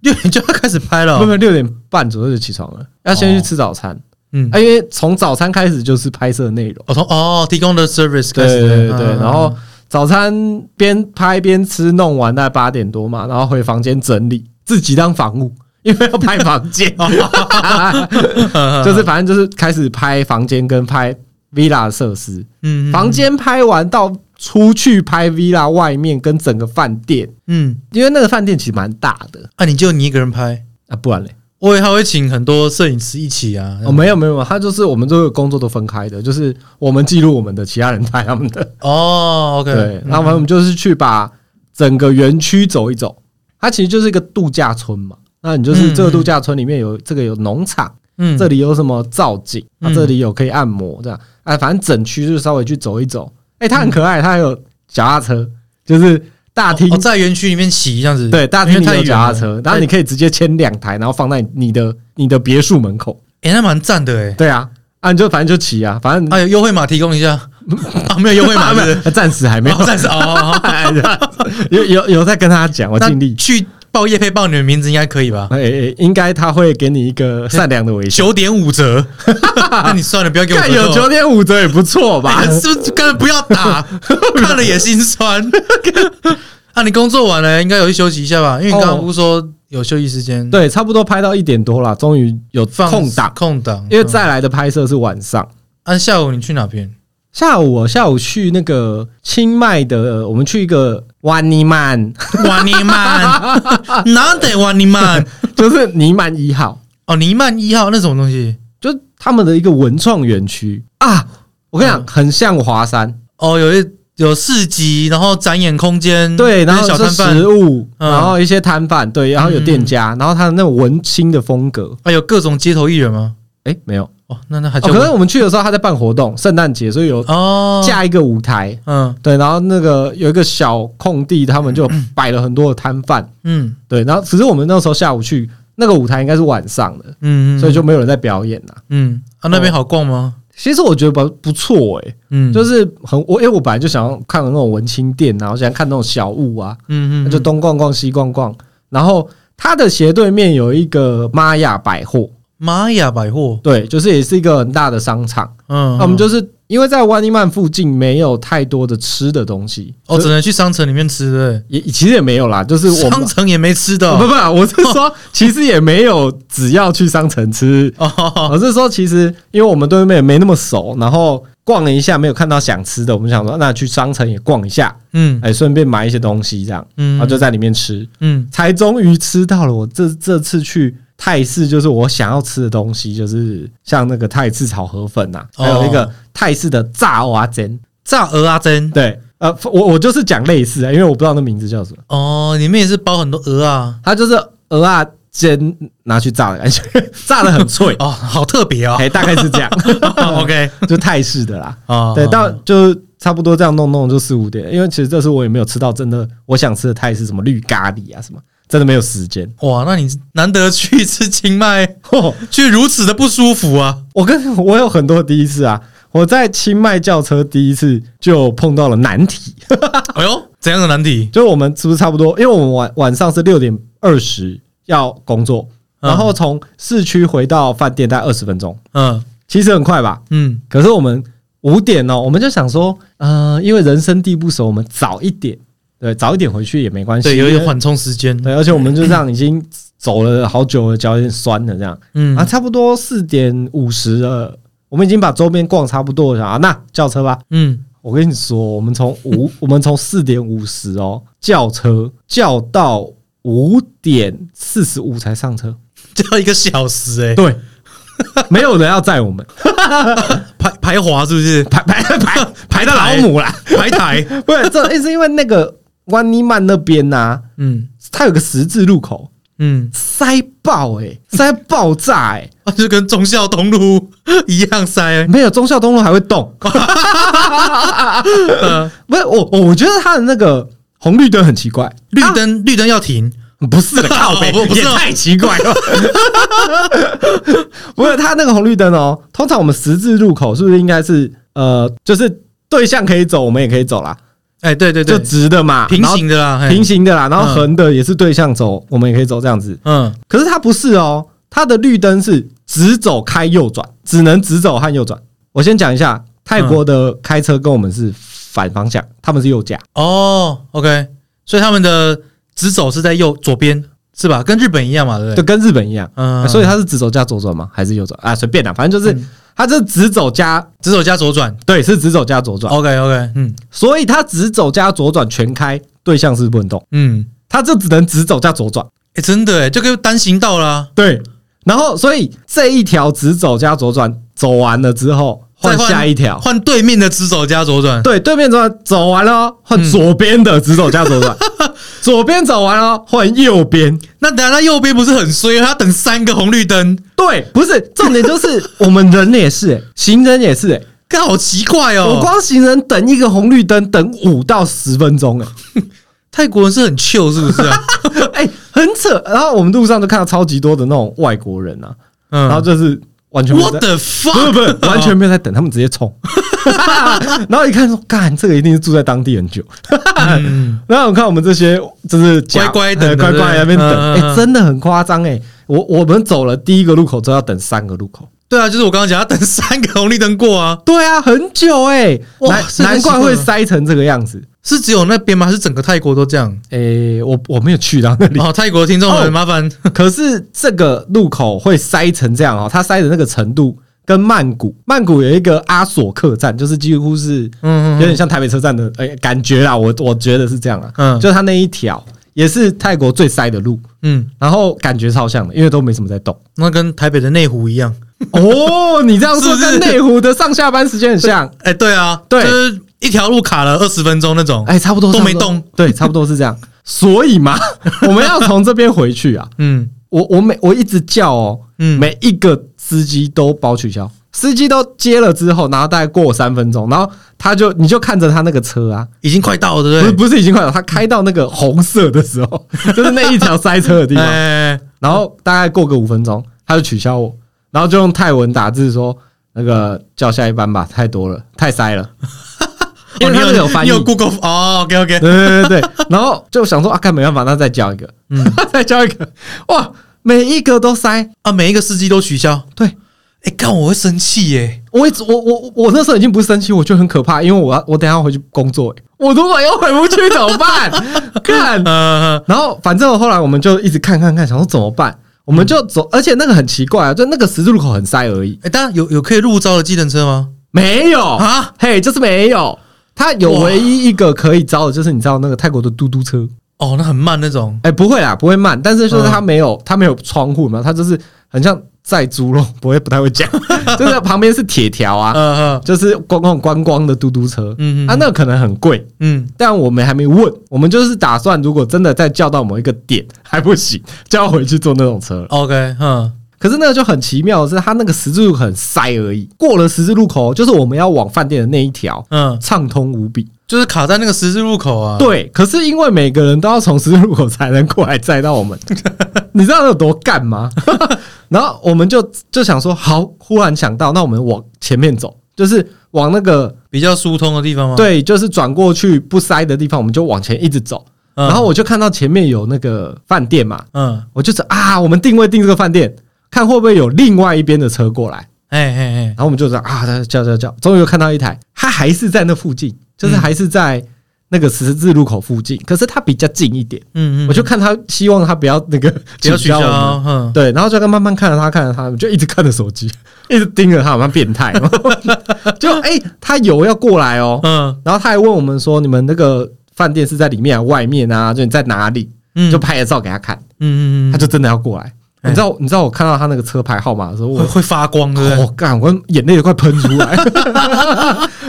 Speaker 2: 六点 就要开始拍了
Speaker 1: 不
Speaker 2: 哦、
Speaker 1: 不，六点半左右就起床了，要先去吃早餐。
Speaker 2: 嗯，
Speaker 1: 啊，因为从早餐开始就是拍摄内容，
Speaker 2: 我从哦提供的 service 开
Speaker 1: 对
Speaker 2: 始，
Speaker 1: 对对对，
Speaker 2: 嗯
Speaker 1: 然后早餐边拍边吃，弄完大概八点多嘛，然后回房间整理，自己当房务，因为要拍房 间，
Speaker 2: 嗯
Speaker 1: 就是反正就是开始拍房间跟拍 villa 设施，
Speaker 2: 嗯嗯
Speaker 1: 房间拍完到出去拍 villa 外面跟整个饭店，
Speaker 2: 嗯，
Speaker 1: 因为那个饭店其实蛮大的
Speaker 2: 啊，你就你一个人拍，
Speaker 1: 啊，不然嘞，
Speaker 2: 我以为他会请很多摄影师一起啊。
Speaker 1: 哦没有没有，他就是我们这个工作都分开的，就是我们记录我们的，其他人拍他们的。
Speaker 2: 哦，OK，
Speaker 1: 对，
Speaker 2: 嗯
Speaker 1: 然后我们就是去把整个园区走一走，它其实就是一个度假村嘛。那你就是这个度假村里面有这个有农场，
Speaker 2: 嗯
Speaker 1: 这里有什么造景，啊，
Speaker 2: 嗯
Speaker 1: 这里有可以按摩这样，啊，反正整区就稍微去走一走。哎，它很可爱，它还有脚踏车，就是大厅
Speaker 2: 嗯哦、在园区里面骑这样子，
Speaker 1: 对大
Speaker 2: 因
Speaker 1: 厅
Speaker 2: 为
Speaker 1: 里
Speaker 2: 太
Speaker 1: 有
Speaker 2: 远
Speaker 1: 脚
Speaker 2: 啊哎
Speaker 1: 踏
Speaker 2: 了
Speaker 1: 车，然后你可以直接牵两台，然后放在你的你的别墅门口。
Speaker 2: 哎、那蛮赞的哎、
Speaker 1: 对啊，啊，你就反正就骑啊，反正
Speaker 2: 啊，有优惠码提供一下啊？ 没有优惠码，是 不是？
Speaker 1: 暂时还没有
Speaker 2: 哦，暂时哦哦，哦
Speaker 1: 有有有在跟他讲，我
Speaker 2: 那
Speaker 1: 尽力。
Speaker 2: 去报业配报你的名字应该可以吧？
Speaker 1: 哎、欸，应该他会给你一个善良的微 笑。
Speaker 2: 九点五折，那你算了，不要给我
Speaker 1: 看有九点五折也不错吧
Speaker 2: 吧？？ 是不是根本不要 打？看了也心酸。 啊，你工作完了应该有去休息一下吧？因为你刚刚不是说有休息时间，，
Speaker 1: 对，差不多拍到一点多啦，终于有
Speaker 2: 放
Speaker 1: 空档，
Speaker 2: 哦空档，
Speaker 1: 因为
Speaker 2: 嗯
Speaker 1: 再来的拍摄是晚上。
Speaker 2: 啊下午你去哪边？
Speaker 1: 下午、哦，下午去那个清迈的，我们去一个万尼曼，
Speaker 2: 瓦尼曼， 哪得瓦尼曼？
Speaker 1: 就是尼曼一号，
Speaker 2: 哦，尼曼一号那什么东西？
Speaker 1: 就是他们的一个文创园区啊。我跟你
Speaker 2: 嗯
Speaker 1: 讲，很像华山，
Speaker 2: 哦，有一有市集，然后展演空间，
Speaker 1: 对，然
Speaker 2: 那
Speaker 1: 后
Speaker 2: 嗯些小
Speaker 1: 是
Speaker 2: 摊贩
Speaker 1: 食物，
Speaker 2: 嗯
Speaker 1: 然后一些摊贩，对，然后有店
Speaker 2: 嗯
Speaker 1: 家，然后它的那种文青的风格，
Speaker 2: 啊，有各种街头艺人吗？
Speaker 1: 哎、没有，
Speaker 2: 哦，那那还
Speaker 1: 哦，
Speaker 2: 叫
Speaker 1: 可能我们去的时候他在办活动，圣诞节，所以有
Speaker 2: 哦，
Speaker 1: 架一个舞台，
Speaker 2: 嗯
Speaker 1: 对，然后那个有一个小空地，他们就摆了很多的摊贩，
Speaker 2: 嗯
Speaker 1: 对，然后只是我们那时候下午去，那个舞台应该是晚上的，
Speaker 2: 嗯，嗯
Speaker 1: 所以就没有人在表演啦。
Speaker 2: 嗯啊，那边好逛吗？
Speaker 1: 其实我觉得不不错诶、
Speaker 2: 嗯，
Speaker 1: 哦就是很我因为我本来就想要看那种文青店啊，我想看那种小物啊，
Speaker 2: 嗯嗯，
Speaker 1: 就
Speaker 2: 就
Speaker 1: 东逛逛西逛逛，然后它的斜对面有一个玛雅百货，
Speaker 2: 玛雅百货，
Speaker 1: 对，就是也是一个很大的商场。
Speaker 2: 嗯，
Speaker 1: 那啊我们就是因为在万尼曼附近没有太多的吃的东西，
Speaker 2: 哦，
Speaker 1: 所以
Speaker 2: 只能去商城里面吃
Speaker 1: 也
Speaker 2: 对
Speaker 1: 其实也没有啦，就是
Speaker 2: 不
Speaker 1: 我
Speaker 2: 对，商
Speaker 1: 们。
Speaker 2: 城也没吃的
Speaker 1: 不不，
Speaker 2: 哦，
Speaker 1: 不我是说，其实也没有只要去商城吃，
Speaker 2: 哦
Speaker 1: 我是说，其实因为我们对面也没那么熟，然后逛了一下没有看到想吃的，我们想说那去商城也逛一下，
Speaker 2: 嗯
Speaker 1: 哎，顺便买一些东西这样，然
Speaker 2: 嗯，
Speaker 1: 后啊就在里面吃，
Speaker 2: 嗯
Speaker 1: 才终于吃到了我这这次去泰式，就是我想要吃的东西，就是像那个泰式炒河粉呐、
Speaker 2: 哦
Speaker 1: 还有一个泰式的炸蚵仔煎，
Speaker 2: 炸鹅啊珍，
Speaker 1: 对，呃，我我就是讲类似啊，因为我不知道那名字叫什么，
Speaker 2: 哦，里面也是包很多鹅啊，
Speaker 1: 它就是鹅啊煎拿去炸的感觉， 炸的很脆，
Speaker 2: 哦，好特别啊哦
Speaker 1: 哎、大概是这样，
Speaker 2: ，OK
Speaker 1: 就泰式的啦。
Speaker 2: 啊，
Speaker 1: 对，到就差不多这样弄弄就四五点，因为其实这次我也没有吃到真的我想吃的泰式，什么绿咖喱啊什么，真的没有时间。
Speaker 2: 哇，那你难得去一次清迈，
Speaker 1: 嚯
Speaker 2: 却如此的不舒服啊！
Speaker 1: 我跟我有很多第一次啊，我在清迈轿车第一次就碰到了难题，
Speaker 2: 哎呦，怎样的难题？
Speaker 1: 就是我们是不是差不多？因为我们晚晚上是六点二十要工作，
Speaker 2: 嗯
Speaker 1: 然后从市区回到饭店大概二十分钟，
Speaker 2: 嗯
Speaker 1: 其实很快吧。
Speaker 2: 嗯，
Speaker 1: 可是我们五点哦，我们就想说，呃，因为人生地不熟，我们早一点，对，早一点回去也没关系，
Speaker 2: 对，有一点缓冲时间。
Speaker 1: 对，而且我们就这样已经走了好久了，脚有点酸了这样。
Speaker 2: 嗯
Speaker 1: 啊，差不多四点五十了，我们已经把周边逛差不多了啊，那叫车吧。
Speaker 2: 嗯，
Speaker 1: 我跟你说，我们从五， 我们从四点五十哦叫车，叫到五点四十五才上车。
Speaker 2: 叫一个小时哎、
Speaker 1: 对， 没有人要载我们，
Speaker 2: 排排华是不是？
Speaker 1: 排排排排到老母啦。
Speaker 2: 排台？
Speaker 1: 不是，这是因为那个湾尼曼那边呐、
Speaker 2: 嗯
Speaker 1: 它有个十字路口
Speaker 2: 嗯，
Speaker 1: 塞爆哎、塞爆炸哎、
Speaker 2: 啊 就跟忠孝东路一样塞、 欸。
Speaker 1: 没有忠孝东路还会动。
Speaker 2: 嗯
Speaker 1: 不是我，我我觉得它的那个红绿灯很奇怪，
Speaker 2: 绿灯、绿灯要停，
Speaker 1: 不是的，靠北
Speaker 2: 哦不不是
Speaker 1: 也
Speaker 2: 哦
Speaker 1: 太奇怪了。 不是它那个红绿灯哦，通常我们十字路口是不是应该是呃，就是对向可以走，我们也可以走啦，
Speaker 2: 哎、对对
Speaker 1: 就
Speaker 2: 对，
Speaker 1: 直的嘛，
Speaker 2: 平
Speaker 1: 然后
Speaker 2: 行的啦，嘿
Speaker 1: 平哎行的啦，然后
Speaker 2: 嗯
Speaker 1: 横的也是对向走，我们也可以走这样子。
Speaker 2: 嗯
Speaker 1: 可是它不是哦，它的绿灯是直走开右转，只能直走和右转。我先讲一下泰国的开车跟我们是反方向，他们是右驾。
Speaker 2: 哦，OK，所以他们的直走是在右左边是吧？跟日本一样嘛，对不
Speaker 1: 就
Speaker 2: 对？
Speaker 1: 跟日本一样。
Speaker 2: 嗯，
Speaker 1: 所以它是直走加左转吗？还是右转啊？随便啦，反正就是
Speaker 2: 嗯
Speaker 1: 它这直走加
Speaker 2: 直走加左转
Speaker 1: 对是直走加左转，
Speaker 2: ，OK OK，嗯
Speaker 1: 所以它直走加左转全开，对象是不能动，
Speaker 2: 嗯，
Speaker 1: 它这只能直走加左转。
Speaker 2: 哎、真的哎、就跟单行道啦，
Speaker 1: 对，然后所以这一条直走加左转走完了之后，换
Speaker 2: 再换
Speaker 1: 下一条。
Speaker 2: 换对面的直走加左转，
Speaker 1: 对，对面走走完了哦，换
Speaker 2: 嗯
Speaker 1: 左边的直走加左 转，左边走完了哦换右边。
Speaker 2: 那等下他右边不是很衰，他等三个红绿灯，
Speaker 1: 对，不是重点，就是我们人也是、欸，行人也是、欸，
Speaker 2: 看好奇怪
Speaker 1: 我
Speaker 2: 哦。
Speaker 1: 光行人等一个红绿灯等五到十分钟、欸，
Speaker 2: 泰国人是很 chill 是不是 啊？
Speaker 1: 哎、很扯。然后我们路上就看到超级多的那种外国人啊，
Speaker 2: 嗯
Speaker 1: 然后就是完全没有
Speaker 2: ，What
Speaker 1: 在，
Speaker 2: the
Speaker 1: 不是
Speaker 2: fuck？
Speaker 1: 不是，完 全没有在等，他们直接冲。 然后一看说，干，这个一定是住在当地很久。
Speaker 2: 嗯
Speaker 1: 然后我看我们这些就是假
Speaker 2: 乖乖等
Speaker 1: 呃乖乖在那边
Speaker 2: 对不对
Speaker 1: 等，
Speaker 2: 嗯嗯
Speaker 1: 哎、
Speaker 2: 嗯
Speaker 1: 真的很夸张哎。我我们走了第一个路口之后要等三个路口，
Speaker 2: 对啊，就是我刚刚讲，他等三个红绿灯过啊，
Speaker 1: 对啊，很久哎、
Speaker 2: 哇
Speaker 1: 难
Speaker 2: 是
Speaker 1: 难怪
Speaker 2: 很奇怪
Speaker 1: 会塞成这个样子。
Speaker 2: 是只有那边吗？还是整个泰国都这样？
Speaker 1: 哎、我我没有去到那里，
Speaker 2: 哦，泰国的听众
Speaker 1: 哦
Speaker 2: 们，麻烦
Speaker 1: 可是这个路口会塞成这样哦，它塞的那个程度跟曼谷，曼谷有一个阿索客站，就是几乎是
Speaker 2: 嗯
Speaker 1: 有点像台北车站的哎、感觉啦，我我觉得是这样啊，
Speaker 2: 嗯
Speaker 1: 就它那一条也是泰国最塞的路，
Speaker 2: 嗯，
Speaker 1: 然后感觉超像的，因为都没什么在 动。
Speaker 2: 那跟台北的内湖一样。
Speaker 1: 哦，你这样说
Speaker 2: 是不
Speaker 1: 跟
Speaker 2: 是
Speaker 1: 内湖的上下班时间很像，
Speaker 2: 哎、对啊，
Speaker 1: 对
Speaker 2: 就是一条路卡了二十分钟那种。
Speaker 1: 哎、差不多
Speaker 2: 都没，
Speaker 1: 差不
Speaker 2: 动
Speaker 1: 多对，差不多是这样。所以 嘛，我们要从这边回去啊，
Speaker 2: 嗯
Speaker 1: 我我每我一直叫哦，
Speaker 2: 嗯，
Speaker 1: 每一个司机都包取消，司机都接了之后，然后大概过三分钟，然后他就你就看着他那个车啊，
Speaker 2: 已经快到了，
Speaker 1: 不
Speaker 2: 对
Speaker 1: 是
Speaker 2: 不
Speaker 1: 不是已经快了，他开到那个红色的时 候，就是那一条塞车的地
Speaker 2: 对？
Speaker 1: 方，
Speaker 2: 哎、
Speaker 1: 然后大概过个五分钟，他就取消我，然后就用泰文打字说那个叫下一班吧，太多了，太塞了，因
Speaker 2: 哦，
Speaker 1: 为
Speaker 2: 你
Speaker 1: 他
Speaker 2: 有
Speaker 1: 们有翻
Speaker 2: 你
Speaker 1: 译。
Speaker 2: 有 Google 哦，OK
Speaker 1: 对
Speaker 2: OK，
Speaker 1: 对对对对，然后就想说啊，看没办法，那再叫一个，
Speaker 2: 嗯
Speaker 1: 再叫一个，哇，每一个都塞，
Speaker 2: 啊，每一个司机都取消。
Speaker 1: 对，
Speaker 2: 哎、干我会生气耶、
Speaker 1: 我一直我我我那时候已经不是生气，我觉得很可怕，因为我要我等一下要回去工作、欸我如果又回不去怎么办？ 看，
Speaker 2: 呃，
Speaker 1: 然后反正后来我们就一直看看看，想说怎么办，我们就
Speaker 2: 嗯
Speaker 1: 走，而且那个很奇怪啊，就那个十字路口很塞而已，
Speaker 2: 哎、当然有有可以入招的计程车吗？
Speaker 1: 没有，
Speaker 2: 啊，
Speaker 1: 嘿，就是没有。它有
Speaker 2: 哇
Speaker 1: 唯一一个可以招的，就是你知道那个泰国的嘟嘟车，
Speaker 2: 哦，那很慢那种。
Speaker 1: 哎、不会啦，不会慢，但是就是
Speaker 2: 嗯
Speaker 1: 它没有，它没有窗户嘛，它就是很像载猪肉，不会不太会 讲，就是旁边是铁条啊，
Speaker 2: 呃，
Speaker 1: 就是观光观光的嘟嘟车，
Speaker 2: 嗯嗯
Speaker 1: 啊，那可能很贵，
Speaker 2: 嗯，
Speaker 1: 但我们还没问，我们就是打算如果真的再叫到某一个点还不行，就要回去坐那种车了。
Speaker 2: OK，嗯，
Speaker 1: 可是那个就很奇妙的是，它那个十字路口很塞而已，过了十字路口就是我们要往饭店的那一条，
Speaker 2: 嗯，
Speaker 1: 畅通无比。
Speaker 2: 就是卡在那个十字路口啊。，
Speaker 1: 对，可是因为每个人都要从十字路口才能过来载到我们， 你知道有多干吗？ 然后我们就就想说，好，忽然想到，那我们往前面走，就是往那个
Speaker 2: 比较疏通的地方吗？，
Speaker 1: 对，就是转过去不塞的地方，我们就往前一直走。
Speaker 2: 嗯
Speaker 1: 然后我就看到前面有那个饭店嘛，
Speaker 2: 嗯，
Speaker 1: 我就是啊，我们定位定这个饭店，看会不会有另外一边的车过来。
Speaker 2: 哎哎哎，
Speaker 1: 然后我们就这样啊，叫叫叫，终于又看到一台，它还是在那附近，
Speaker 2: 嗯
Speaker 1: 就是还是在那个十字路口附近，可是它比较近一点。
Speaker 2: 嗯嗯，
Speaker 1: 我就看他，希望他不要那个
Speaker 2: 不要取消
Speaker 1: 我们。
Speaker 2: 啊，嗯，
Speaker 1: 对，然后就慢慢看着他，看着他，我就一直看着手机，一直盯着他，好像变态哦。 就哎、他有要过来哦，
Speaker 2: 嗯
Speaker 1: 然后他还问我们说，你们那个饭店是在里面还是外面啊？就你在哪里？
Speaker 2: 嗯，
Speaker 1: 就拍了照给他看，
Speaker 2: 嗯嗯嗯，
Speaker 1: 他就真的要过来。
Speaker 2: 嗯
Speaker 1: 你知道，你知道我看到他那个车牌号码的时候，我
Speaker 2: 会会发光，对不对？
Speaker 1: 我干，我眼泪都快喷出 来。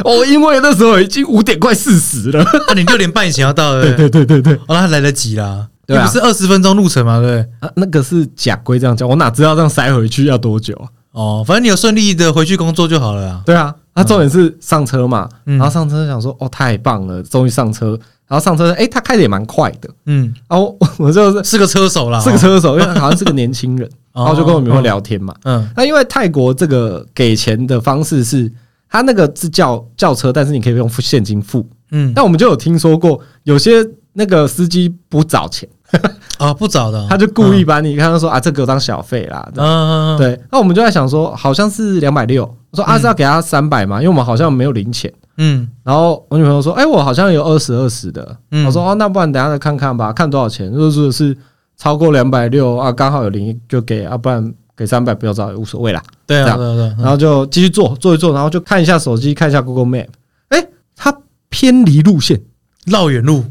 Speaker 1: 哦，因为那时候已经五点快四十了。
Speaker 2: 啊，你六点半以前要到，
Speaker 1: 对
Speaker 2: 对不对？
Speaker 1: 对对对对，
Speaker 2: 哦，那还来得及啦，
Speaker 1: 对啊
Speaker 2: 你不是二十分钟路程嘛，对不对？
Speaker 1: 啊，那个是假规这样讲，我哪知道这样塞回去要多久啊？
Speaker 2: 哦，反正你有顺利的回去工作就好了啊。
Speaker 1: 对啊，他重点是上车嘛，
Speaker 2: 嗯
Speaker 1: 然后上车想说哦太棒了，终于上车，然后上车哎、他开的也蛮快的，
Speaker 2: 嗯，
Speaker 1: 然后我 我就是
Speaker 2: 是个车手啦，
Speaker 1: 是个车手，因为好像是个年轻人，
Speaker 2: 啊 哦
Speaker 1: 然后就跟我女朋友，聊天嘛。
Speaker 2: 嗯
Speaker 1: 那因为泰国这个给钱的方式是，他那个是叫叫车，但是你可以用付现金付。
Speaker 2: 嗯，
Speaker 1: 但我们就有听说过有些那个司机不找钱，
Speaker 2: 啊，不早的哦，
Speaker 1: 他就故意把你看他说啊这个当小费啦，
Speaker 2: 嗯，嗯，嗯，
Speaker 1: 对。那我们就在想说好像是两百六，我说啊是要给他三百嘛，因为我们好像没有零钱。
Speaker 2: 嗯
Speaker 1: 然后我女朋友说：“哎、我好像有二十二十的。
Speaker 2: 嗯
Speaker 1: 我说：“哦，那不然等一下再看看吧，看多少钱。如果是超过两百六啊，刚好有零就给啊，不然给三百不要找也无所谓啦。
Speaker 2: 对
Speaker 1: 这
Speaker 2: 啊，
Speaker 1: 样嗯
Speaker 2: 对啊对啊，
Speaker 1: 然后就继续做做一做，然后就看一下手机，看一下 Google Map。哎、它偏离路线，
Speaker 2: 绕远路，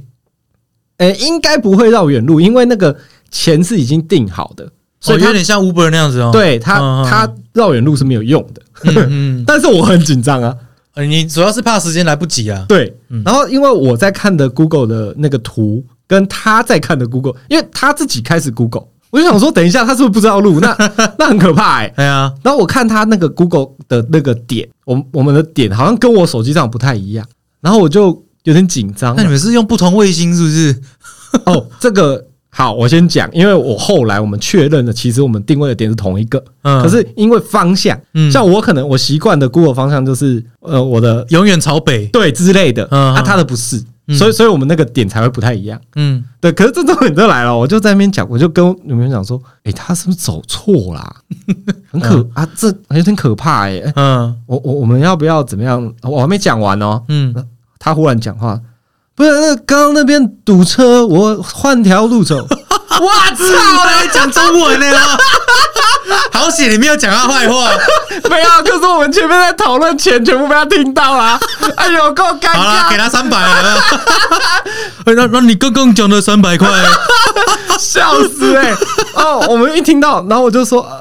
Speaker 1: 哎、应该不会绕远路，因为那个钱是已经定好的，所
Speaker 2: 所
Speaker 1: 以
Speaker 2: 以
Speaker 1: 它、
Speaker 2: 哦有点像 Uber 那样子哦。
Speaker 1: 对它
Speaker 2: 嗯嗯嗯
Speaker 1: 它绕远路是没有用的。
Speaker 2: 嗯，嗯
Speaker 1: 但是我很紧张啊，
Speaker 2: 呃 你主要是怕时间来不及啊。
Speaker 1: 对
Speaker 2: 嗯，
Speaker 1: 然后因为我在看的 Google 的那个图，跟他在看的 Google，因为他自己开始 Google，我就想说，等一下他是不是不知道路？那那很可怕哎、
Speaker 2: 哎呀，
Speaker 1: 然后我看他那个 Google 的那个点，我们我们的点好像跟我手机上不太一样，然后我就有点紧张
Speaker 2: 那。你们是用不同卫星是不是？
Speaker 1: 哦，这个好，我先讲，因为我后来我们确认了，其实我们定位的点是同一个，
Speaker 2: 嗯
Speaker 1: 可是因为方向，
Speaker 2: 嗯
Speaker 1: 像我可能我习惯的 Google 方向就是呃我的
Speaker 2: 永远朝北。
Speaker 1: 对之类的，
Speaker 2: 嗯
Speaker 1: 啊，
Speaker 2: 嗯
Speaker 1: 他的不是，
Speaker 2: 嗯
Speaker 1: 所以所以我们那个点才会不太一样。
Speaker 2: 嗯，
Speaker 1: 对，可是这重点就来了，我就在那边讲，我就跟女朋友讲说，诶，他是不是走错 啦？很可、啊，这有点可怕诶，诶
Speaker 2: 嗯
Speaker 1: 我我我们要不要怎么样？我还没讲完哦，
Speaker 2: 嗯，
Speaker 1: 他忽然讲话，不是那刚刚那边堵车，我换条路 走。
Speaker 2: 我操， 还讲中文呢啊！ 好险，你没有讲他坏话。
Speaker 1: 没有，可是我们前面在讨论前，全部被他听到 啦。哎呦，够尴
Speaker 2: 好啦，给
Speaker 1: 尬，
Speaker 2: 他三百啊了。 哎，那那你刚刚讲的三 百块，
Speaker 1: 笑死 诶。哦，我们一听到，然后我就说，呃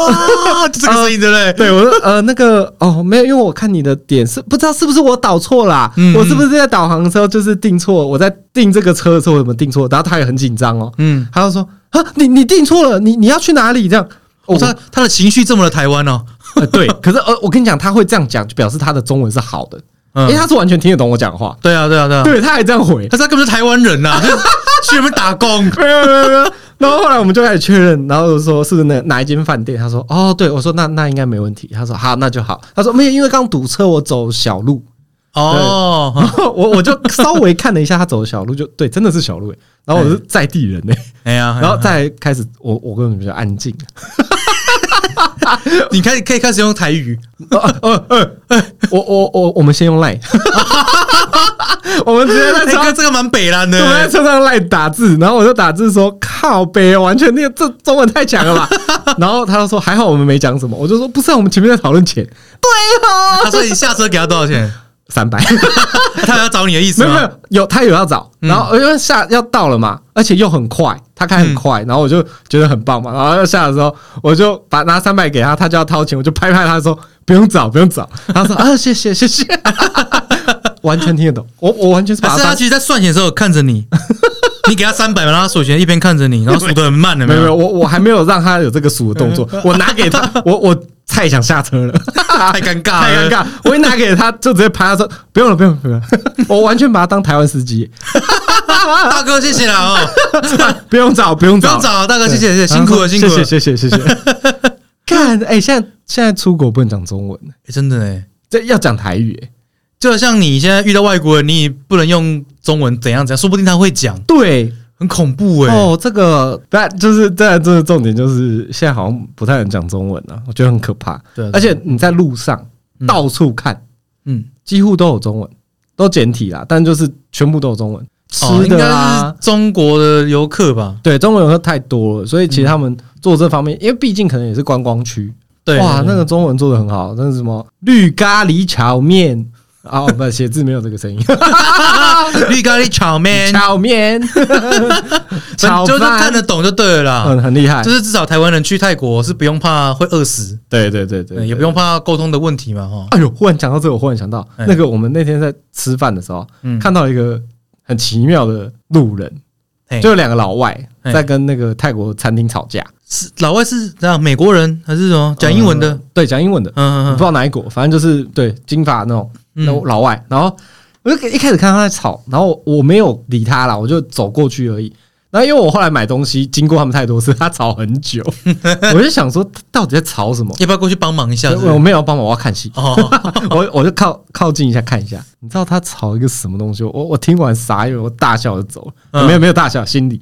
Speaker 2: 啊，这个声音对不对？
Speaker 1: 对，我说呃那个哦没有，因为我看你的点是不知道是不是我导错啦、
Speaker 2: 嗯
Speaker 1: 我是不是在导航的时候就是定错？我在定这个车的时候我有没有定错？然后他也很紧张哦，
Speaker 2: 嗯，
Speaker 1: 他就说啊你你定错了，你你要去哪里？这样，
Speaker 2: 我
Speaker 1: 我、
Speaker 2: 他他的情绪这么的台湾哦。
Speaker 1: 呃、对，可是呃我跟你讲，他会这样讲，就表示他的中文是好的，
Speaker 2: 嗯
Speaker 1: 因为他是完全听得懂我讲话，
Speaker 2: 对啊，对啊，对啊。
Speaker 1: 对，他还这样回，
Speaker 2: 可是他根本是台湾人呐、 啊，就去那边打工。
Speaker 1: 没有没有没有。然后后来我们就开始确认，然后就说是那哪一间饭店？他说哦，对我说那那应该没问题。他说好，那就好。他说没有，因为刚堵车，我走小路。然
Speaker 2: 哦，
Speaker 1: 后 我我就稍微看了一下他走的小路，就对，真的是小路、欸。然后我是在地人呢、欸
Speaker 2: 哎呀，哎呀
Speaker 1: 然后再开始我我跟你们比较安静。
Speaker 2: 你开可以开始用台语，
Speaker 1: 呃我我我我们先用赖， 我们直接在
Speaker 2: 哎、
Speaker 1: 车
Speaker 2: 哥这个蛮北蓝
Speaker 1: 我们在
Speaker 2: 的，
Speaker 1: 车上赖打字，然后我就打字说靠北，完全那个这中文太强了 吧。然后他就说还好我们没讲什么，我就说不是、啊，我们前面在讨论钱哦
Speaker 2: 他说你下车给他多少钱？
Speaker 1: 三百。
Speaker 2: 他要找你的意思
Speaker 1: 没有没
Speaker 2: 吗？嗯
Speaker 1: 有，有他有要找，然后因为下要到了嘛，而且又很快，他开很
Speaker 2: 嗯
Speaker 1: 快，然后我就觉得很棒嘛，然后要下的时候，我就把拿三百给他，他就要掏钱，我就拍拍他说不用找不用找，他说啊谢谢谢谢， 完全听得懂，我我完全是把
Speaker 2: 还啊是
Speaker 1: 他
Speaker 2: 他
Speaker 1: 当
Speaker 2: 其实，在算钱的时候有看 着你，你给他三百嘛，让他数钱，一边看着你，然后数的很慢，有
Speaker 1: 没
Speaker 2: 啊
Speaker 1: 有
Speaker 2: 没
Speaker 1: 没
Speaker 2: 有？
Speaker 1: 有我我还没有让他有这个数的动作，我拿给他我我蔡想下车了，
Speaker 2: 太尴尬
Speaker 1: 太尴
Speaker 2: 了，
Speaker 1: 尬，我一拿给他就直接拍他说不用了，不用了，不用了，我完全把他当台湾司 机，
Speaker 2: 大哥谢谢啦 哦，
Speaker 1: 不用找，不用
Speaker 2: 不
Speaker 1: 找，
Speaker 2: 用找，啊大哥谢谢，谢
Speaker 1: 对
Speaker 2: 谢，辛苦了，辛苦了
Speaker 1: 啊谢，谢谢谢谢 谢。看，哎，现在现在出国不能讲中文，
Speaker 2: 欸真的哎，
Speaker 1: 这要讲台语，哎，
Speaker 2: 就像你现在遇到外国人，你也不能用中文怎样怎样，说不定他会讲，
Speaker 1: 对，
Speaker 2: 很恐怖哎、
Speaker 1: 哦，这个，但就是但这个重点就是现在好像不太能讲中文了，我觉得很可怕。
Speaker 2: 对啊，
Speaker 1: 而且你在路上
Speaker 2: 嗯
Speaker 1: 到处看，
Speaker 2: 嗯，
Speaker 1: 几乎都有中文，都简体啦，但就是全部都有中文，
Speaker 2: 哦
Speaker 1: 吃
Speaker 2: 应该
Speaker 1: 的
Speaker 2: 是
Speaker 1: 啊，
Speaker 2: 中国的游客吧？
Speaker 1: 对，中文游客太多了，所以其实
Speaker 2: 嗯
Speaker 1: 他们做这方面，因为毕竟可能也是观光区，
Speaker 2: 对，
Speaker 1: 哇，
Speaker 2: 对
Speaker 1: 那个中文做的很好，那是什么绿咖喱炒面 啊？哦不，写字没有这个声音，
Speaker 2: 对绿咖喱炒面，
Speaker 1: 炒 面， 炒
Speaker 2: 就是看
Speaker 1: 饭，
Speaker 2: 得懂就对了啦。
Speaker 1: 嗯，很厉害
Speaker 2: 就，是至少台湾人去泰国是不用怕会饿死，
Speaker 1: 对对对
Speaker 2: 对，
Speaker 1: 对，
Speaker 2: 嗯哎也不用怕沟通的问题嘛，哈。
Speaker 1: 哎呦，忽然讲到这个，我忽然想到
Speaker 2: 哎
Speaker 1: 那个，我们那天在吃饭的时候，
Speaker 2: 嗯
Speaker 1: 看到一个很奇妙的路人，
Speaker 2: 嘿
Speaker 1: 就有两个老外
Speaker 2: 哎
Speaker 1: 在跟那个泰国餐厅吵架，
Speaker 2: 是老外是这样，美国人还是什么讲英文的
Speaker 1: 呃？，对，讲英文的，我
Speaker 2: 嗯
Speaker 1: 不
Speaker 2: 嗯
Speaker 1: 知道哪一国，反正就是对金发那种
Speaker 2: 嗯
Speaker 1: 那种老外。然后我就一开始看他在吵，然后我没有理他啦，我就走过去而已。然后因为我后来买东西经过他们太多次，他吵很 久，我就想说他到底在吵什么？
Speaker 2: 要不要过去帮忙一下？是不是
Speaker 1: 我我没有帮忙，我要看戏。
Speaker 2: 哦，
Speaker 1: 我我就靠靠近一下看一下，你知道他吵一个什么东西？我我听完傻眼，我大笑就走了。
Speaker 2: 嗯
Speaker 1: 没有没有大笑，心 里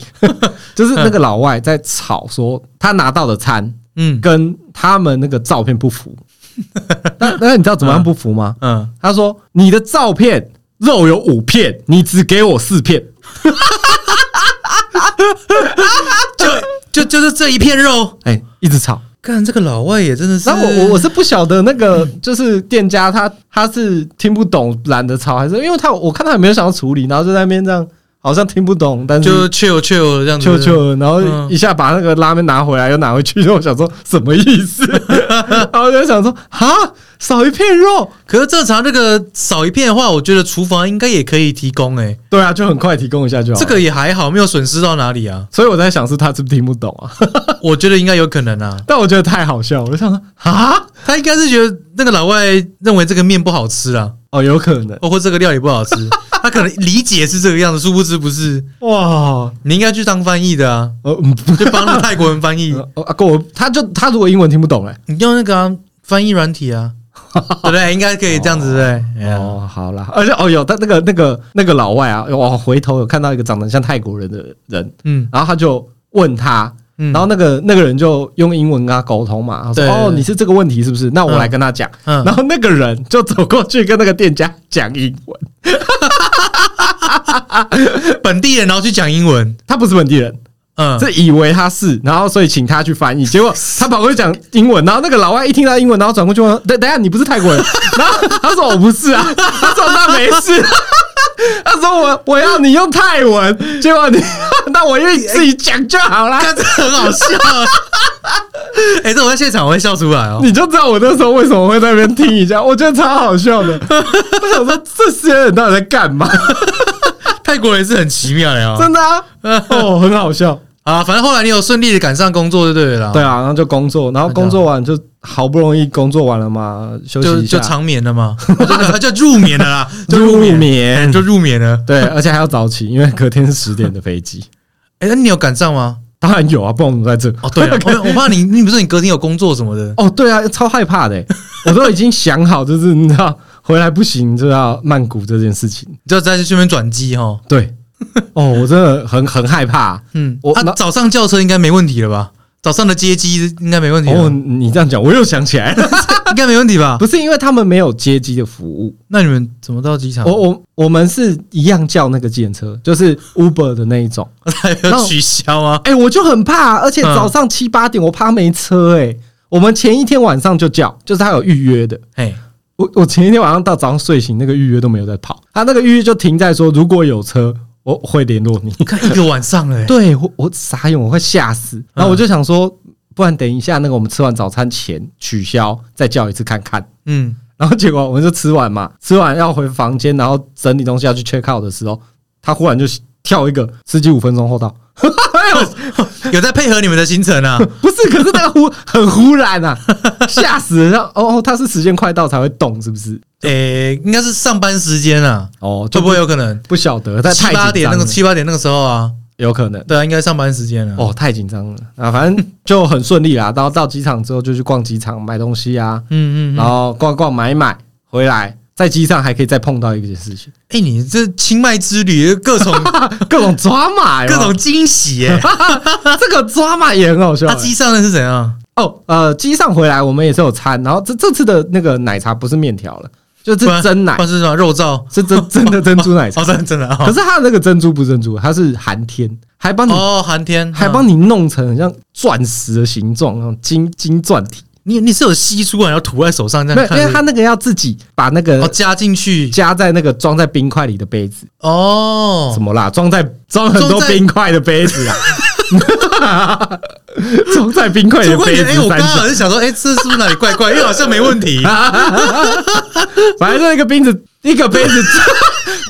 Speaker 1: 就是那个老外在吵说他拿到的餐
Speaker 2: 嗯
Speaker 1: 跟他们那个照片不符。 那那你知道怎么样不符吗？
Speaker 2: 嗯，
Speaker 1: 他说你的照片肉有五片，你只给我四片。
Speaker 2: 就就是这一片肉，
Speaker 1: 哎，一直吵。
Speaker 2: 看这个老外也真的是，
Speaker 1: 然后我我我是不晓得那个就是店家他他是听不懂懒得吵，还是因为他我看他也没有想要处理，然后就在那边这样好像听不懂，但是
Speaker 2: 就 chill chill 这样子，
Speaker 1: 就就，然后
Speaker 2: 嗯
Speaker 1: 一下把那个拉面拿回来又拿回去，然后 我想说什么意思？ 然后我就想说啊，少一片肉，
Speaker 2: 可是正常这个少一片的话，我觉得厨房应该也可以提供哎、欸
Speaker 1: 对啊，就很快提供一下就好。
Speaker 2: 这，个也还好，没有损失到哪里啊。
Speaker 1: 所以我在想是他是不是听不懂啊？
Speaker 2: 我觉得应该有可能啊。
Speaker 1: 但我觉得太好笑了，我就想说啊，
Speaker 2: 他应该是觉得那个老外认为这个面不好吃啊，
Speaker 1: 哦，有可能
Speaker 2: 包括这个料理不好吃，他可能理解是这个样子，殊不知不是。
Speaker 1: 哇，
Speaker 2: 你应该去当翻译的啊，
Speaker 1: 呃，嗯
Speaker 2: 就帮那个泰国人翻 译，
Speaker 1: 呃啊，跟我他就他如果英文听不懂哎，
Speaker 2: 你用那个啊、翻译软体啊，对不对？应该可以这样子对不对。哦，
Speaker 1: 哦，好啦，而且哦有他那个那个那个老外啊，我回头有看到一个长得像泰国人的人，
Speaker 2: 嗯
Speaker 1: 然后他就问他，
Speaker 2: 嗯，
Speaker 1: 然后那个那个人就用英文跟他沟通嘛，他说
Speaker 2: 对：“
Speaker 1: 哦，
Speaker 2: 对
Speaker 1: 你是这个问题是不是？那我来跟他讲。
Speaker 2: 嗯
Speaker 1: 然后那个人就走过去跟那个店家讲英文，
Speaker 2: 本地人然后去讲英文，
Speaker 1: 他不是本地人，
Speaker 2: 嗯，
Speaker 1: 是以为他是，然后所以请他去翻译，结 果他跑过去讲英文，然后那个老外一听到英文，然后转过去问：“等等一下，你不是泰国 人？”然后他说：“我不是啊。”他说：“那没事。” 他说我：“我要你用泰文。”结果你 那我愿意自己讲就好啦。
Speaker 2: 看这很好笑、 啊。哎、这我在现场我会笑出来哦。
Speaker 1: 你就知道我那时候为什么会在那边听一下，我觉得超好笑 的。我想说这些人到底在干嘛？
Speaker 2: 泰国人是很奇妙的哦。
Speaker 1: 真的 啊，哦，很好笑。
Speaker 2: 啊，反正后来你有顺利的赶上工作就对了啦。
Speaker 1: 对啊，然后就工作，然后工作完就好不容易工作完了嘛，休息
Speaker 2: 就
Speaker 1: 一
Speaker 2: 就
Speaker 1: 下，
Speaker 2: 长眠了嘛，哦 就就入眠了 啦，就入眠，
Speaker 1: 眠
Speaker 2: 就入眠了。
Speaker 1: 对，而且还要早起，因为隔天是十点的飞机。
Speaker 2: 哎、那你有赶上吗？
Speaker 1: 当然有啊，不然我们在这。
Speaker 2: 哦，对了，我我怕你，你不是你隔天有工作什么的，
Speaker 1: 哦，对啊，超害怕的欸，我都已经想好，就是你知道回来不行就要曼谷这件事情。
Speaker 2: 你就在这边转机哈。
Speaker 1: 对，哦，我真的很很害怕。
Speaker 2: 嗯，
Speaker 1: 我
Speaker 2: 啊，
Speaker 1: 那
Speaker 2: 早上轿车应该没问题了吧？早上的接机应该没问题吧，
Speaker 1: 哦，你这样讲，我又想起来 了，
Speaker 2: 应该没问题吧？
Speaker 1: 不是因为他们没有接机的服务，
Speaker 2: 那你们怎么到机场？啊
Speaker 1: 我 我我们是一样叫那个计程车，就是 Uber 的那一种。
Speaker 2: 要取消啊？
Speaker 1: 哎、我就很怕，而且
Speaker 2: 嗯
Speaker 1: 早上七八点我怕没车哎、我们前一天晚上就叫，就是他有预约的。
Speaker 2: 哎，
Speaker 1: 我我前一天晚上到早上睡醒，那个预约都没有在跑，他那个预约就停在说如果有车我会联络你。
Speaker 2: 你看一个晚上了、欸，
Speaker 1: 对我我傻眼，我快吓死。然后我就想说，不然等一下那个我们吃完早餐前取消再叫一次看看。
Speaker 2: 嗯，
Speaker 1: 然后结果我们就吃完嘛，吃完要回房间，然后整理东西要去 check out 的时候，他忽然就跳一个司机五分钟后到， 哎呦，
Speaker 2: 有在配合你们的行程 啊？
Speaker 1: 不是，可是那个忽很忽然啊，吓死人！哦哦，他是时间快到才会动，是不是？
Speaker 2: 诶、应该是上班时间啊，
Speaker 1: 哦，
Speaker 2: 会
Speaker 1: 就
Speaker 2: 不会有可能？
Speaker 1: 不晓得，但
Speaker 2: 七
Speaker 1: 太
Speaker 2: 八
Speaker 1: 紧
Speaker 2: 点
Speaker 1: 张
Speaker 2: 那个
Speaker 1: 了
Speaker 2: 七八点那个时候啊，
Speaker 1: 有可能。
Speaker 2: 对啊，应该上班时间啊。
Speaker 1: 哦，太紧张了 啊！反正就很顺利啦。然后到机场之后就去逛机场买东西啊，
Speaker 2: 嗯嗯嗯，
Speaker 1: 然后逛逛买买，回来在机上还可以再碰到一件事情，
Speaker 2: 哎、你这清迈之旅各种
Speaker 1: 各种抓马，有没
Speaker 2: 各
Speaker 1: 有
Speaker 2: 种惊喜 耶、
Speaker 1: 哎这个抓马也很好笑
Speaker 2: 他
Speaker 1: 欸。
Speaker 2: 机上的是怎样？
Speaker 1: 哦，呃，机上回来我们也是有餐，然后这这次的那个奶茶不是面条了，就是
Speaker 2: 不然
Speaker 1: 真奶
Speaker 2: 不，然是什么肉 燥？
Speaker 1: 是真真的珍珠奶茶
Speaker 2: 哦，。真的真的
Speaker 1: 可
Speaker 2: 哦
Speaker 1: 是它的那个珍珠不是珍珠，它是寒天，还帮你
Speaker 2: 哦，寒天
Speaker 1: 还
Speaker 2: 嗯
Speaker 1: 帮你弄成很像钻石的形状，那种金金钻体。
Speaker 2: 你你是有吸出来，然后涂在手上这
Speaker 1: 没
Speaker 2: 样
Speaker 1: 有，
Speaker 2: 看
Speaker 1: 因
Speaker 2: 着？
Speaker 1: 为它那个要自己把那
Speaker 2: 哦
Speaker 1: 个
Speaker 2: 加进去
Speaker 1: 加在那个装在冰块里的杯子，
Speaker 2: 哦
Speaker 1: 什，么啦？装在装很多
Speaker 2: 装在
Speaker 1: 冰块的杯 子啊，装在冰块的
Speaker 2: 过
Speaker 1: 杯
Speaker 2: 哎、
Speaker 1: 子
Speaker 2: 我刚
Speaker 1: 三角
Speaker 2: 刚
Speaker 1: 啊
Speaker 2: 好。像想说，哎、这是不是哪里 怪怪？因为好像没问题。
Speaker 1: 反正就一个冰子，一个杯 子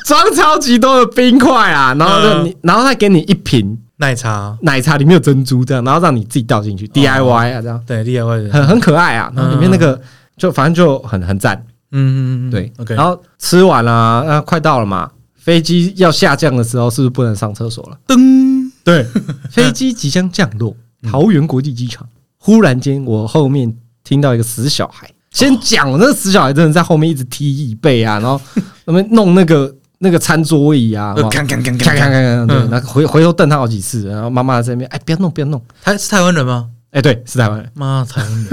Speaker 1: 装装超级多的冰块啊，然后就
Speaker 2: 嗯
Speaker 1: 你，然后再给你一瓶
Speaker 2: 奶茶，
Speaker 1: 奶茶，里面有珍珠这样，然后让你自己倒进去 DIY 啊，这样
Speaker 2: 对 DIY 的，
Speaker 1: 很很可爱啊。然后里面那
Speaker 2: 嗯
Speaker 1: 个就反正就很很赞，
Speaker 2: 嗯嗯嗯，
Speaker 1: 对。
Speaker 2: ，OK，
Speaker 1: 然后吃完了，啊，快到了嘛，飞机要下降的时候是不是不能上厕所了？
Speaker 2: 噔，
Speaker 1: 对， 飞机即将降落
Speaker 2: 嗯
Speaker 1: 桃园国际机场，忽然间我后面听到一个死小孩，先讲我那个死小孩真的在后面一直踢椅背 啊，然后那边弄那个那个餐桌椅啊，
Speaker 2: 呃干干干
Speaker 1: 看看看
Speaker 2: 干干，
Speaker 1: 看，对，
Speaker 2: 嗯
Speaker 1: 然后回回头瞪他好几次，然后妈妈在那边，哎，不要弄，不要弄，
Speaker 2: 他是台湾人吗？
Speaker 1: 哎，对，是台湾人，
Speaker 2: 妈，台 湾人，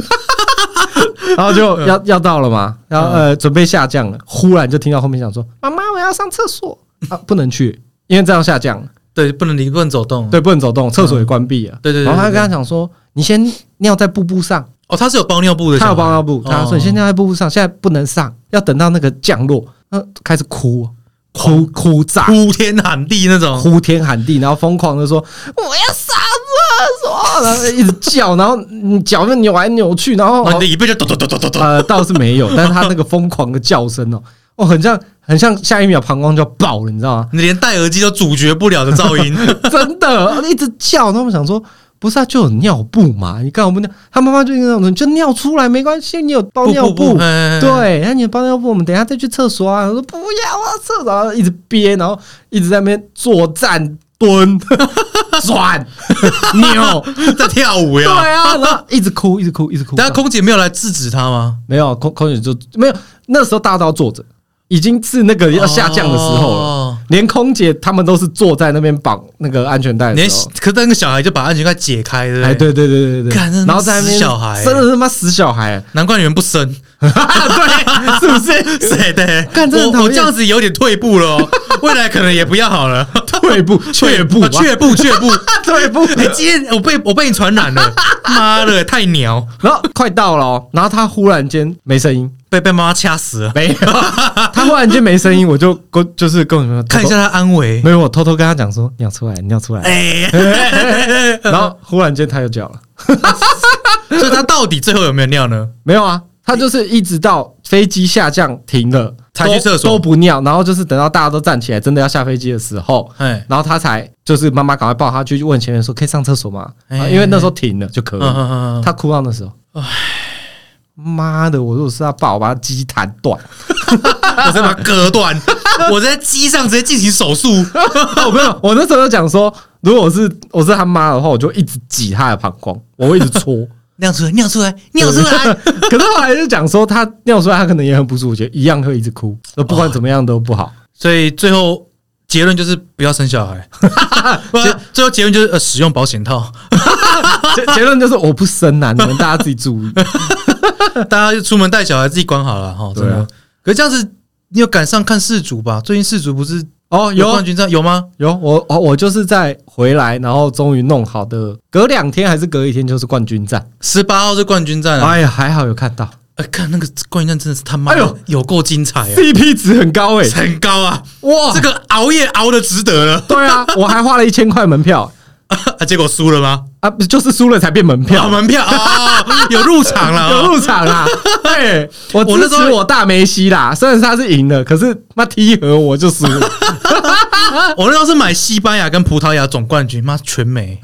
Speaker 1: 然后就
Speaker 2: 嗯
Speaker 1: 要要到了嘛，然后呃准备下降了，忽然就听到后面讲说，妈妈我要上厕所啊，不能去，因为这要下降了，
Speaker 2: 对，不能离，不能走动。
Speaker 1: 对，不能走动，啊厕所也关闭了，
Speaker 2: 嗯对对对，
Speaker 1: 然后他
Speaker 2: 对
Speaker 1: 就跟他讲说，你先尿在布布上。
Speaker 2: 哦，他是有包尿布的
Speaker 1: 他
Speaker 2: 小孩，哦
Speaker 1: 有包尿布，他说你现
Speaker 2: 在
Speaker 1: 在在布布上，现在不能上，要等到那个降落，那开始哭，哦
Speaker 2: 哦
Speaker 1: 哭哭炸，
Speaker 2: 哭天喊地那种，
Speaker 1: 呼天喊地，然后疯狂的说我要上厕所，然后一直叫，然后你脚就扭来扭去，然后
Speaker 2: 哦然后你的椅背就咚咚咚咚咚咚，
Speaker 1: 呃倒是没有，但是他那个疯狂的叫声哦，哦很像很像下一秒膀胱就要爆了，你知道吗？
Speaker 2: 你连戴耳机都阻绝不了的噪音。
Speaker 1: 真的一直叫，他们想说。不是啊，就有尿布嘛，你干嘛不尿？他妈妈就那种，你就尿出来没关系，你有 包尿布，
Speaker 2: 哎哎哎
Speaker 1: 对，那你的包尿布，我们等一下再去厕所啊。我说不要啊，厕所，然后一直憋，然后一直在那边坐站蹲 转 扭，
Speaker 2: 在跳舞
Speaker 1: 对
Speaker 2: 呀。
Speaker 1: 啊，然后一直哭，一直哭，一直哭。
Speaker 2: 但空姐没有来制止他吗？
Speaker 1: 没有空空姐就没有，那时候大家都要坐着，已经是那个要下降的时候了。
Speaker 2: 哦
Speaker 1: 连空姐他们都是坐在那边绑那个安全带的
Speaker 2: 连
Speaker 1: 时候，
Speaker 2: 可是那个小孩就把安全带解开，对不
Speaker 1: 哎，
Speaker 2: 对？
Speaker 1: 对对对对
Speaker 2: 干
Speaker 1: 对，
Speaker 2: 真的
Speaker 1: 然后在那边
Speaker 2: 死小孩
Speaker 1: 真的是他妈死小孩，
Speaker 2: 难怪你们不生，
Speaker 1: 对，是不是？
Speaker 2: 对对，
Speaker 1: 干真的很讨厌
Speaker 2: 我我这样子有点退步了 哦，未来可能也不要好了，
Speaker 1: 退 步，却步啊，
Speaker 2: 啊却步，却步。
Speaker 1: 退步，
Speaker 2: 哎，今天我被我被你传染了，妈的，太鸟，
Speaker 1: 然后快到了、哦，然后他忽然间没声音，
Speaker 2: 被被妈妈掐死了。
Speaker 1: 没有，他忽然间没声音，我就跟就是跟我们
Speaker 2: 看一下，他安危
Speaker 1: 没，有，我偷偷跟他讲说尿出来，尿出来，
Speaker 2: 哎，
Speaker 1: 然后忽然间他又叫了，
Speaker 2: 所以他到底最后有没有尿呢？
Speaker 1: 没有啊，他就是一直到飞机下降停了
Speaker 2: 才去厕所
Speaker 1: 都都不尿，然后就是等到大家都站起来，真的要下飞机的时候。
Speaker 2: 哎，
Speaker 1: 然后他才就是妈妈赶快抱他去问前面说可以上厕所吗？啊
Speaker 2: 哎
Speaker 1: 因为那时候停了就可以
Speaker 2: 嗯。嗯嗯 嗯，
Speaker 1: 他哭到那时候，唉，妈的！我如果是他爸，我把他鸡弹断。
Speaker 2: 我再把它割断，我在机上直接进行手术。
Speaker 1: 我没有，我那时候就讲说，如果我是我是他妈的话，我就一直挤他的膀胱，我会一直搓。
Speaker 2: 尿出来，尿出来， 尿出来！
Speaker 1: 可是后来就讲说，他尿出来，他可能也很不舒服，就一样会一直哭，就不管怎么样都不好。
Speaker 2: 所以最后结论就是不要生 小孩。不然最后结论就是呃，使用保险套，
Speaker 1: 结结论就是我不生啊，你们大家自己注 意。
Speaker 2: 大家就出门带小孩自己管好了哈。真
Speaker 1: 对
Speaker 2: 的
Speaker 1: 啊，
Speaker 2: 可是这样子你有赶上看世足吧？最近世足不是
Speaker 1: 哦，
Speaker 2: 有
Speaker 1: 有
Speaker 2: 冠军战有吗？
Speaker 1: 有，我哦我我就是在回来，然后终于弄好的，隔两天还是隔一天就是冠军战。
Speaker 2: 十八号是冠军战啊！
Speaker 1: 哎呀，还好有看到
Speaker 2: 哎，看那个冠军战真的是他妈
Speaker 1: 哎呦
Speaker 2: 的有够精彩啊，
Speaker 1: ，CP 值很高哎、
Speaker 2: 很高啊！
Speaker 1: 哇
Speaker 2: 这，个熬夜熬的值得了
Speaker 1: 对啊，我还花了一千块门票
Speaker 2: 啊！结果输了吗？
Speaker 1: 啊，不就是输了才变门票
Speaker 2: 啊，门票啊，有入场了
Speaker 1: 有
Speaker 2: 啊。
Speaker 1: 入场 啦！对，我
Speaker 2: 我那
Speaker 1: 支
Speaker 2: 时候
Speaker 1: 持我大梅西啦。虽然他是赢了，可是妈踢和我就输了。
Speaker 2: 我那时候是买西班牙跟葡萄牙总冠军，妈 全没，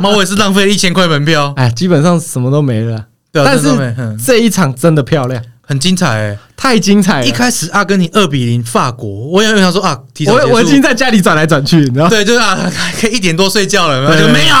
Speaker 2: 妈我也是浪费了一千块门票。
Speaker 1: 哎，基本上什么都没了。
Speaker 2: 对、啊，
Speaker 1: 但
Speaker 2: 真的没
Speaker 1: 是
Speaker 2: 嗯
Speaker 1: 这一场真的漂亮，
Speaker 2: 很精彩、欸。
Speaker 1: 太精彩
Speaker 2: 一
Speaker 1: 了。
Speaker 2: 开始阿根廷二比零法国，我也有想说啊，提早结
Speaker 1: 我
Speaker 2: 束。
Speaker 1: 我已经在家里转来转去，你知道？
Speaker 2: 对，就是啊， 可以一点多睡觉了，然后
Speaker 1: 对
Speaker 2: 就
Speaker 1: 对对
Speaker 2: 没有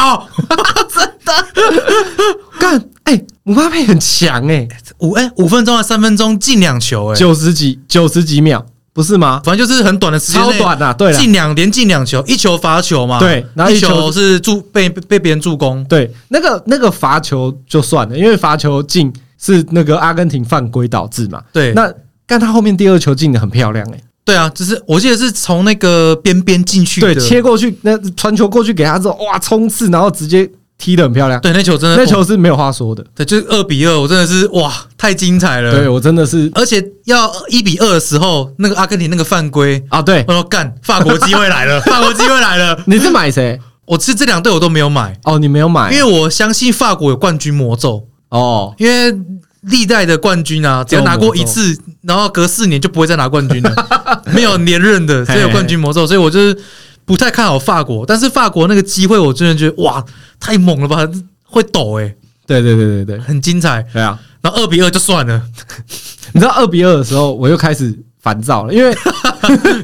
Speaker 1: 干，哎，姆巴佩很强哎，
Speaker 2: 五哎五分钟还是三分钟进两球哎、
Speaker 1: 九十几九十几秒，不是吗？
Speaker 2: 反正就是很短的时间
Speaker 1: 超
Speaker 2: 内，
Speaker 1: 短啊，对了，
Speaker 2: 进两连进两球，一球罚球嘛，
Speaker 1: 对然后
Speaker 2: 一
Speaker 1: 一球
Speaker 2: 球是助被被别人助攻，
Speaker 1: 对，那个那个罚球就算了，因为罚球进是那个阿根廷犯规导致嘛。
Speaker 2: 对，
Speaker 1: 那但他后面第二球进的很漂亮哎、
Speaker 2: 对啊，就是我记得是从那个边边进去的，
Speaker 1: 对，切过去那传球过去给他之后，哇，冲刺，然后直接踢的很漂亮，
Speaker 2: 对那球真的
Speaker 1: 那球是没有话说的。
Speaker 2: 对，就是二比二，我真的是哇，太精彩了。
Speaker 1: 对，我真的是
Speaker 2: 而且要一比二的时候，那个阿根廷那个犯规，
Speaker 1: 啊，对
Speaker 2: 我，说干，法国机会来 了，法国机会来了。
Speaker 1: 你是买谁？
Speaker 2: 我是这两队我都没有买，
Speaker 1: 哦，你没有买
Speaker 2: 因为我相信法国有冠军魔咒，
Speaker 1: 哦，
Speaker 2: 因为历代的冠军啊，只要拿过一次，然后隔四年就不会再拿冠军 了，没有连任的，所以有冠军魔咒，所以我就是不太看好法国。但是法国那个机会，我真的觉得哇，太猛了吧，会抖诶、欸
Speaker 1: 对对对对对，
Speaker 2: 很精彩。
Speaker 1: 对啊，
Speaker 2: 然后二比二就算了，
Speaker 1: 你知道二比二的时候，我又开始烦躁了，因为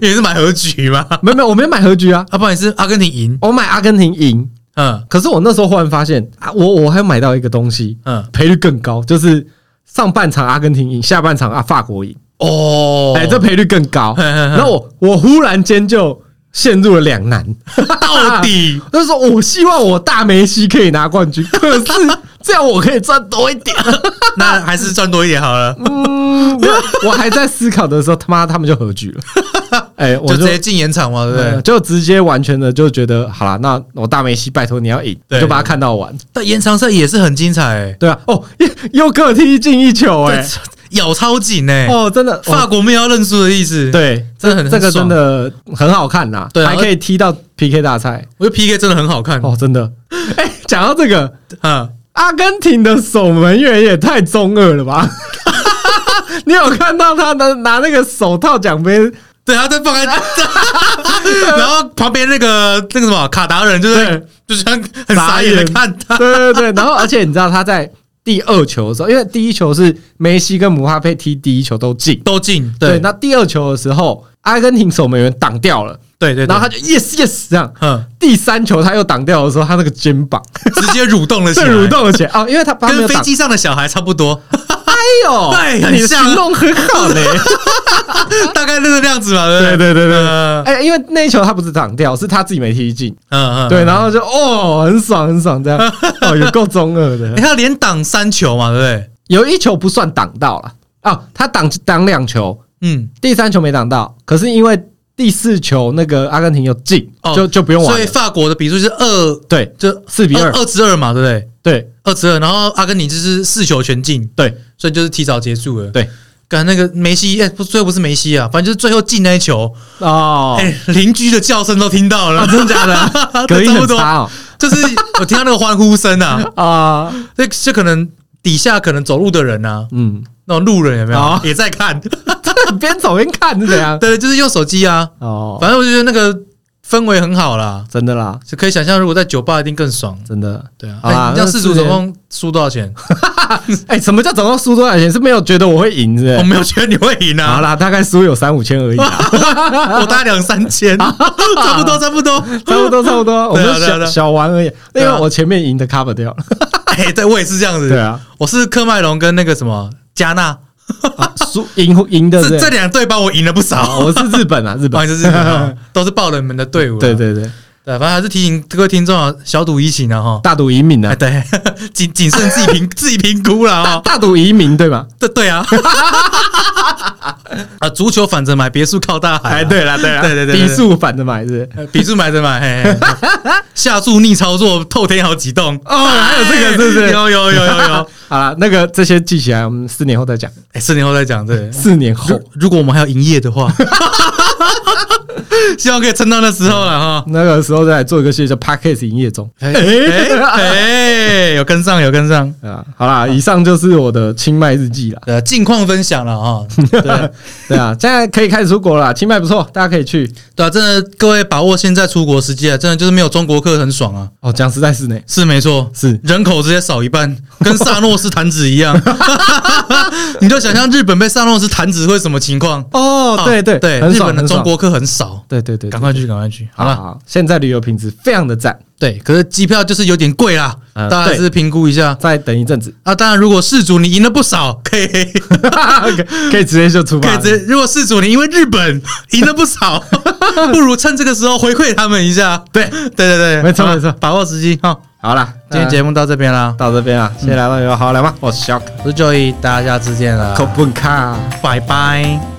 Speaker 2: 也是买和局嘛，
Speaker 1: 没有没有，我没有买和局啊，
Speaker 2: 要、不然也是阿根廷赢，
Speaker 1: 我买阿根廷赢，
Speaker 2: 嗯
Speaker 1: 可是我那时候忽然发现啊，我我还买到一个东西，
Speaker 2: 嗯，
Speaker 1: 赔率更高，就是上半场阿根廷赢，下半场啊法国赢，
Speaker 2: 哦，
Speaker 1: 哎、这赔率更高。
Speaker 2: 嘿嘿嘿
Speaker 1: 然后我我忽然间就陷入了两难，
Speaker 2: 到 底
Speaker 1: 就是说我希望我大梅西可以拿冠军，可是这样我可以赚多一 点。
Speaker 2: 那还是赚多一点好 了，
Speaker 1: 嗯，没有我还在思考的时候，他妈他们就和局了。 哎、我就
Speaker 2: 就
Speaker 1: 嗯
Speaker 2: 直接进延长嘛，对不对？
Speaker 1: 就直接完全的就觉得好了，那我大梅西拜托你要赢，
Speaker 2: 对
Speaker 1: 就把他看到完。
Speaker 2: 但延长赛也是很精彩、欸，
Speaker 1: 对啊，哦，又又各踢进一球、哎。
Speaker 2: 咬超紧哎、
Speaker 1: 哦，真的
Speaker 2: 法国没有要认输的意思。，
Speaker 1: 对，
Speaker 2: 真的很
Speaker 1: 这个
Speaker 2: 很爽
Speaker 1: 真的很好看呐，
Speaker 2: 对啊
Speaker 1: 还可以踢到 PK 大赛
Speaker 2: 我觉得 PK 真的很好看。
Speaker 1: 哦，真的。 哎，讲到这个，
Speaker 2: 嗯，
Speaker 1: 阿根廷的守门员也太中二了吧！ 你有看到他的拿那个手套奖 杯？
Speaker 2: 对，他在放 在，然后旁边那个那个什么卡达人，就是
Speaker 1: 对
Speaker 2: 就像很傻眼的看他。
Speaker 1: 对对对，然后而且你知道他在第二球的时候，因为第一球是梅西跟姆哈佩踢第一球都进，
Speaker 2: 都进，
Speaker 1: 对，
Speaker 2: 对
Speaker 1: 那第二球的时候，阿根廷守门员挡掉了，
Speaker 2: 对对，
Speaker 1: 然后他就 yes yes 这样。
Speaker 2: 他嗯，
Speaker 1: 第三球他又挡掉的时候，他那个肩膀。
Speaker 2: 直接 蠕动了起
Speaker 1: 是
Speaker 2: 来，
Speaker 1: 蠕动的起来哦，因为他他没
Speaker 2: 跟
Speaker 1: 有
Speaker 2: 飞
Speaker 1: 挡。
Speaker 2: 机上的小孩差不 多，
Speaker 1: 哎呦，
Speaker 2: 对很
Speaker 1: 你的
Speaker 2: 像
Speaker 1: 行动很好 嘞。
Speaker 2: 大概就是那样子嘛，对
Speaker 1: 对
Speaker 2: 不
Speaker 1: 对
Speaker 2: 对
Speaker 1: 对对，
Speaker 2: 嗯
Speaker 1: 哎，因为那一球他不是挡掉，是他自己没踢进。
Speaker 2: 嗯嗯，
Speaker 1: 对，然后就哦，很爽很爽这 样，哦，有够中二
Speaker 2: 你
Speaker 1: 的。
Speaker 2: 看哎连挡三球嘛，对不对？
Speaker 1: 有一球不算挡到了哦，他挡挡两球，
Speaker 2: 嗯，
Speaker 1: 第三球没挡到，可是因为第四球那个阿根廷有进，
Speaker 2: 哦
Speaker 1: 就就不用玩
Speaker 2: 所以哦
Speaker 1: 了。
Speaker 2: 法国的比数是二，
Speaker 1: 对，
Speaker 2: 就
Speaker 1: 四比二，
Speaker 2: 二十二嘛，对不对？
Speaker 1: 对
Speaker 2: 二十二，然后阿根廷就是四球全进，
Speaker 1: 对
Speaker 2: 所以就是提早结束了。
Speaker 1: 对，
Speaker 2: 干那个梅西，哎、不，最后不是梅西啊，反正就是最后进那一球，
Speaker 1: 哦，
Speaker 2: 哎、邻居的叫声都听到了， 真的假 的
Speaker 1: 隔音
Speaker 2: 差不
Speaker 1: 很
Speaker 2: 多，
Speaker 1: 差哦
Speaker 2: 就是我听到那个欢呼 声啊，
Speaker 1: 啊，
Speaker 2: 这这可能底下可能走路的人啊，
Speaker 1: 嗯，
Speaker 2: 那种路人有没有、
Speaker 1: 哦
Speaker 2: 也 在看？对
Speaker 1: 边走边看是怎 样？
Speaker 2: 对，就是用手机啊，
Speaker 1: 哦，
Speaker 2: 反正我就觉得那个氛围很好啦，
Speaker 1: 真的啦，
Speaker 2: 就可以想象如果在酒吧一定更爽。
Speaker 1: 真的。
Speaker 2: 对啊，
Speaker 1: 好啦
Speaker 2: 哎你这
Speaker 1: 那
Speaker 2: 样四组
Speaker 1: 四
Speaker 2: 总
Speaker 1: 连
Speaker 2: 共输多少钱？
Speaker 1: 哎、什么叫总共输多少钱？是没有觉得我会赢，是不是？
Speaker 2: 我没有觉得你会赢啊
Speaker 1: 好，啦，大概输有三五千而已啊 啦，
Speaker 2: 我大概两三千，差不多差不多。
Speaker 1: 差不多差不多，我
Speaker 2: 对啊
Speaker 1: 们
Speaker 2: 对啊对
Speaker 1: 小
Speaker 2: 啊
Speaker 1: 小玩而已。因
Speaker 2: 对
Speaker 1: 为
Speaker 2: 啊
Speaker 1: 我前面赢的 cover 掉了，
Speaker 2: 哎，对我也是这样
Speaker 1: 对
Speaker 2: 子，
Speaker 1: 啊，
Speaker 2: 我是科麦隆跟那个什么加纳，
Speaker 1: 啊输赢赢的
Speaker 2: 这
Speaker 1: 是
Speaker 2: 这哦两队帮我赢了不
Speaker 1: 啊，
Speaker 2: 少，
Speaker 1: 我是日本啊，日
Speaker 2: 不好
Speaker 1: 本
Speaker 2: 意，思，是啊都是爆冷门的队伍啊。
Speaker 1: 对对对，
Speaker 2: 对，反正还是提醒各位听众啊，小赌怡情啊哈。
Speaker 1: 大赌移民
Speaker 2: 哎，
Speaker 1: 啊，
Speaker 2: 对， 谨谨慎自 己评自己评估了
Speaker 1: 大
Speaker 2: 啊。
Speaker 1: 大赌移民对吧？
Speaker 2: 对对 啊，啊，足球反着买，别墅靠大海啊。
Speaker 1: 啦哎对
Speaker 2: 对对对对
Speaker 1: 比数反着买是不是？
Speaker 2: 呃， 比数买着买，嘿 嘿嘿下注逆操作，透天好几栋。哎
Speaker 1: 哦，还有这个是不是？
Speaker 2: 有有有有 有。
Speaker 1: 好啦，那个这些记起来，我们四年后再讲。
Speaker 2: 哎，四年后再讲这个。
Speaker 1: 四年后
Speaker 2: 如，如果我们还有营业的话，希望可以撑到那时候了哈。
Speaker 1: 那个时候再来做一个系列叫 Podcast 营业中。
Speaker 2: 哎哎，有跟上，有跟上。
Speaker 1: 啊，好啦，以上就是我的清迈日记啦。
Speaker 2: 呃，近况分享了 哈。 对
Speaker 1: 对啊，现在可以开始出国了啦，清迈不错，大家可以去。
Speaker 2: 对啊，真的，各位把握现在出国时机啊，真的就是没有中国客很爽啊，
Speaker 1: 哦，讲实在是呢，
Speaker 2: 是没错，
Speaker 1: 是
Speaker 2: 人口直接少一半，跟萨诺斯弹指一 样。你就想象日本被萨诺斯弹指会什么情况？
Speaker 1: 哦
Speaker 2: 啊
Speaker 1: 对对
Speaker 2: 对，
Speaker 1: 很
Speaker 2: 日
Speaker 1: 爽
Speaker 2: 本的
Speaker 1: 很爽
Speaker 2: 中国客很少，
Speaker 1: 对对对，
Speaker 2: 赶快去，赶快去。好了，
Speaker 1: 了，现在旅游品质非常的赞，
Speaker 2: 对，可是机票就是有点贵啦，
Speaker 1: 嗯
Speaker 2: 大家还是评估一下。
Speaker 1: 再等一阵 子，
Speaker 2: 啊，当然，如果事主你赢了不少， 可 以可
Speaker 1: 可以直接就出发
Speaker 2: 以
Speaker 1: 了，
Speaker 2: 直接。如果事主你因为日本 赢了不少， 不如趁这个时候回馈他们一下。对对对对，
Speaker 1: 没错
Speaker 2: 好
Speaker 1: 没错嗯
Speaker 2: 把握时机哈。
Speaker 1: 好啦，哦
Speaker 2: 今天节目到这边啦，
Speaker 1: 到这边啊，谢谢来到有好好来吧，我是小啊
Speaker 2: 我是 Joey，大家下次见啦，
Speaker 1: 口不卡。
Speaker 2: 拜拜。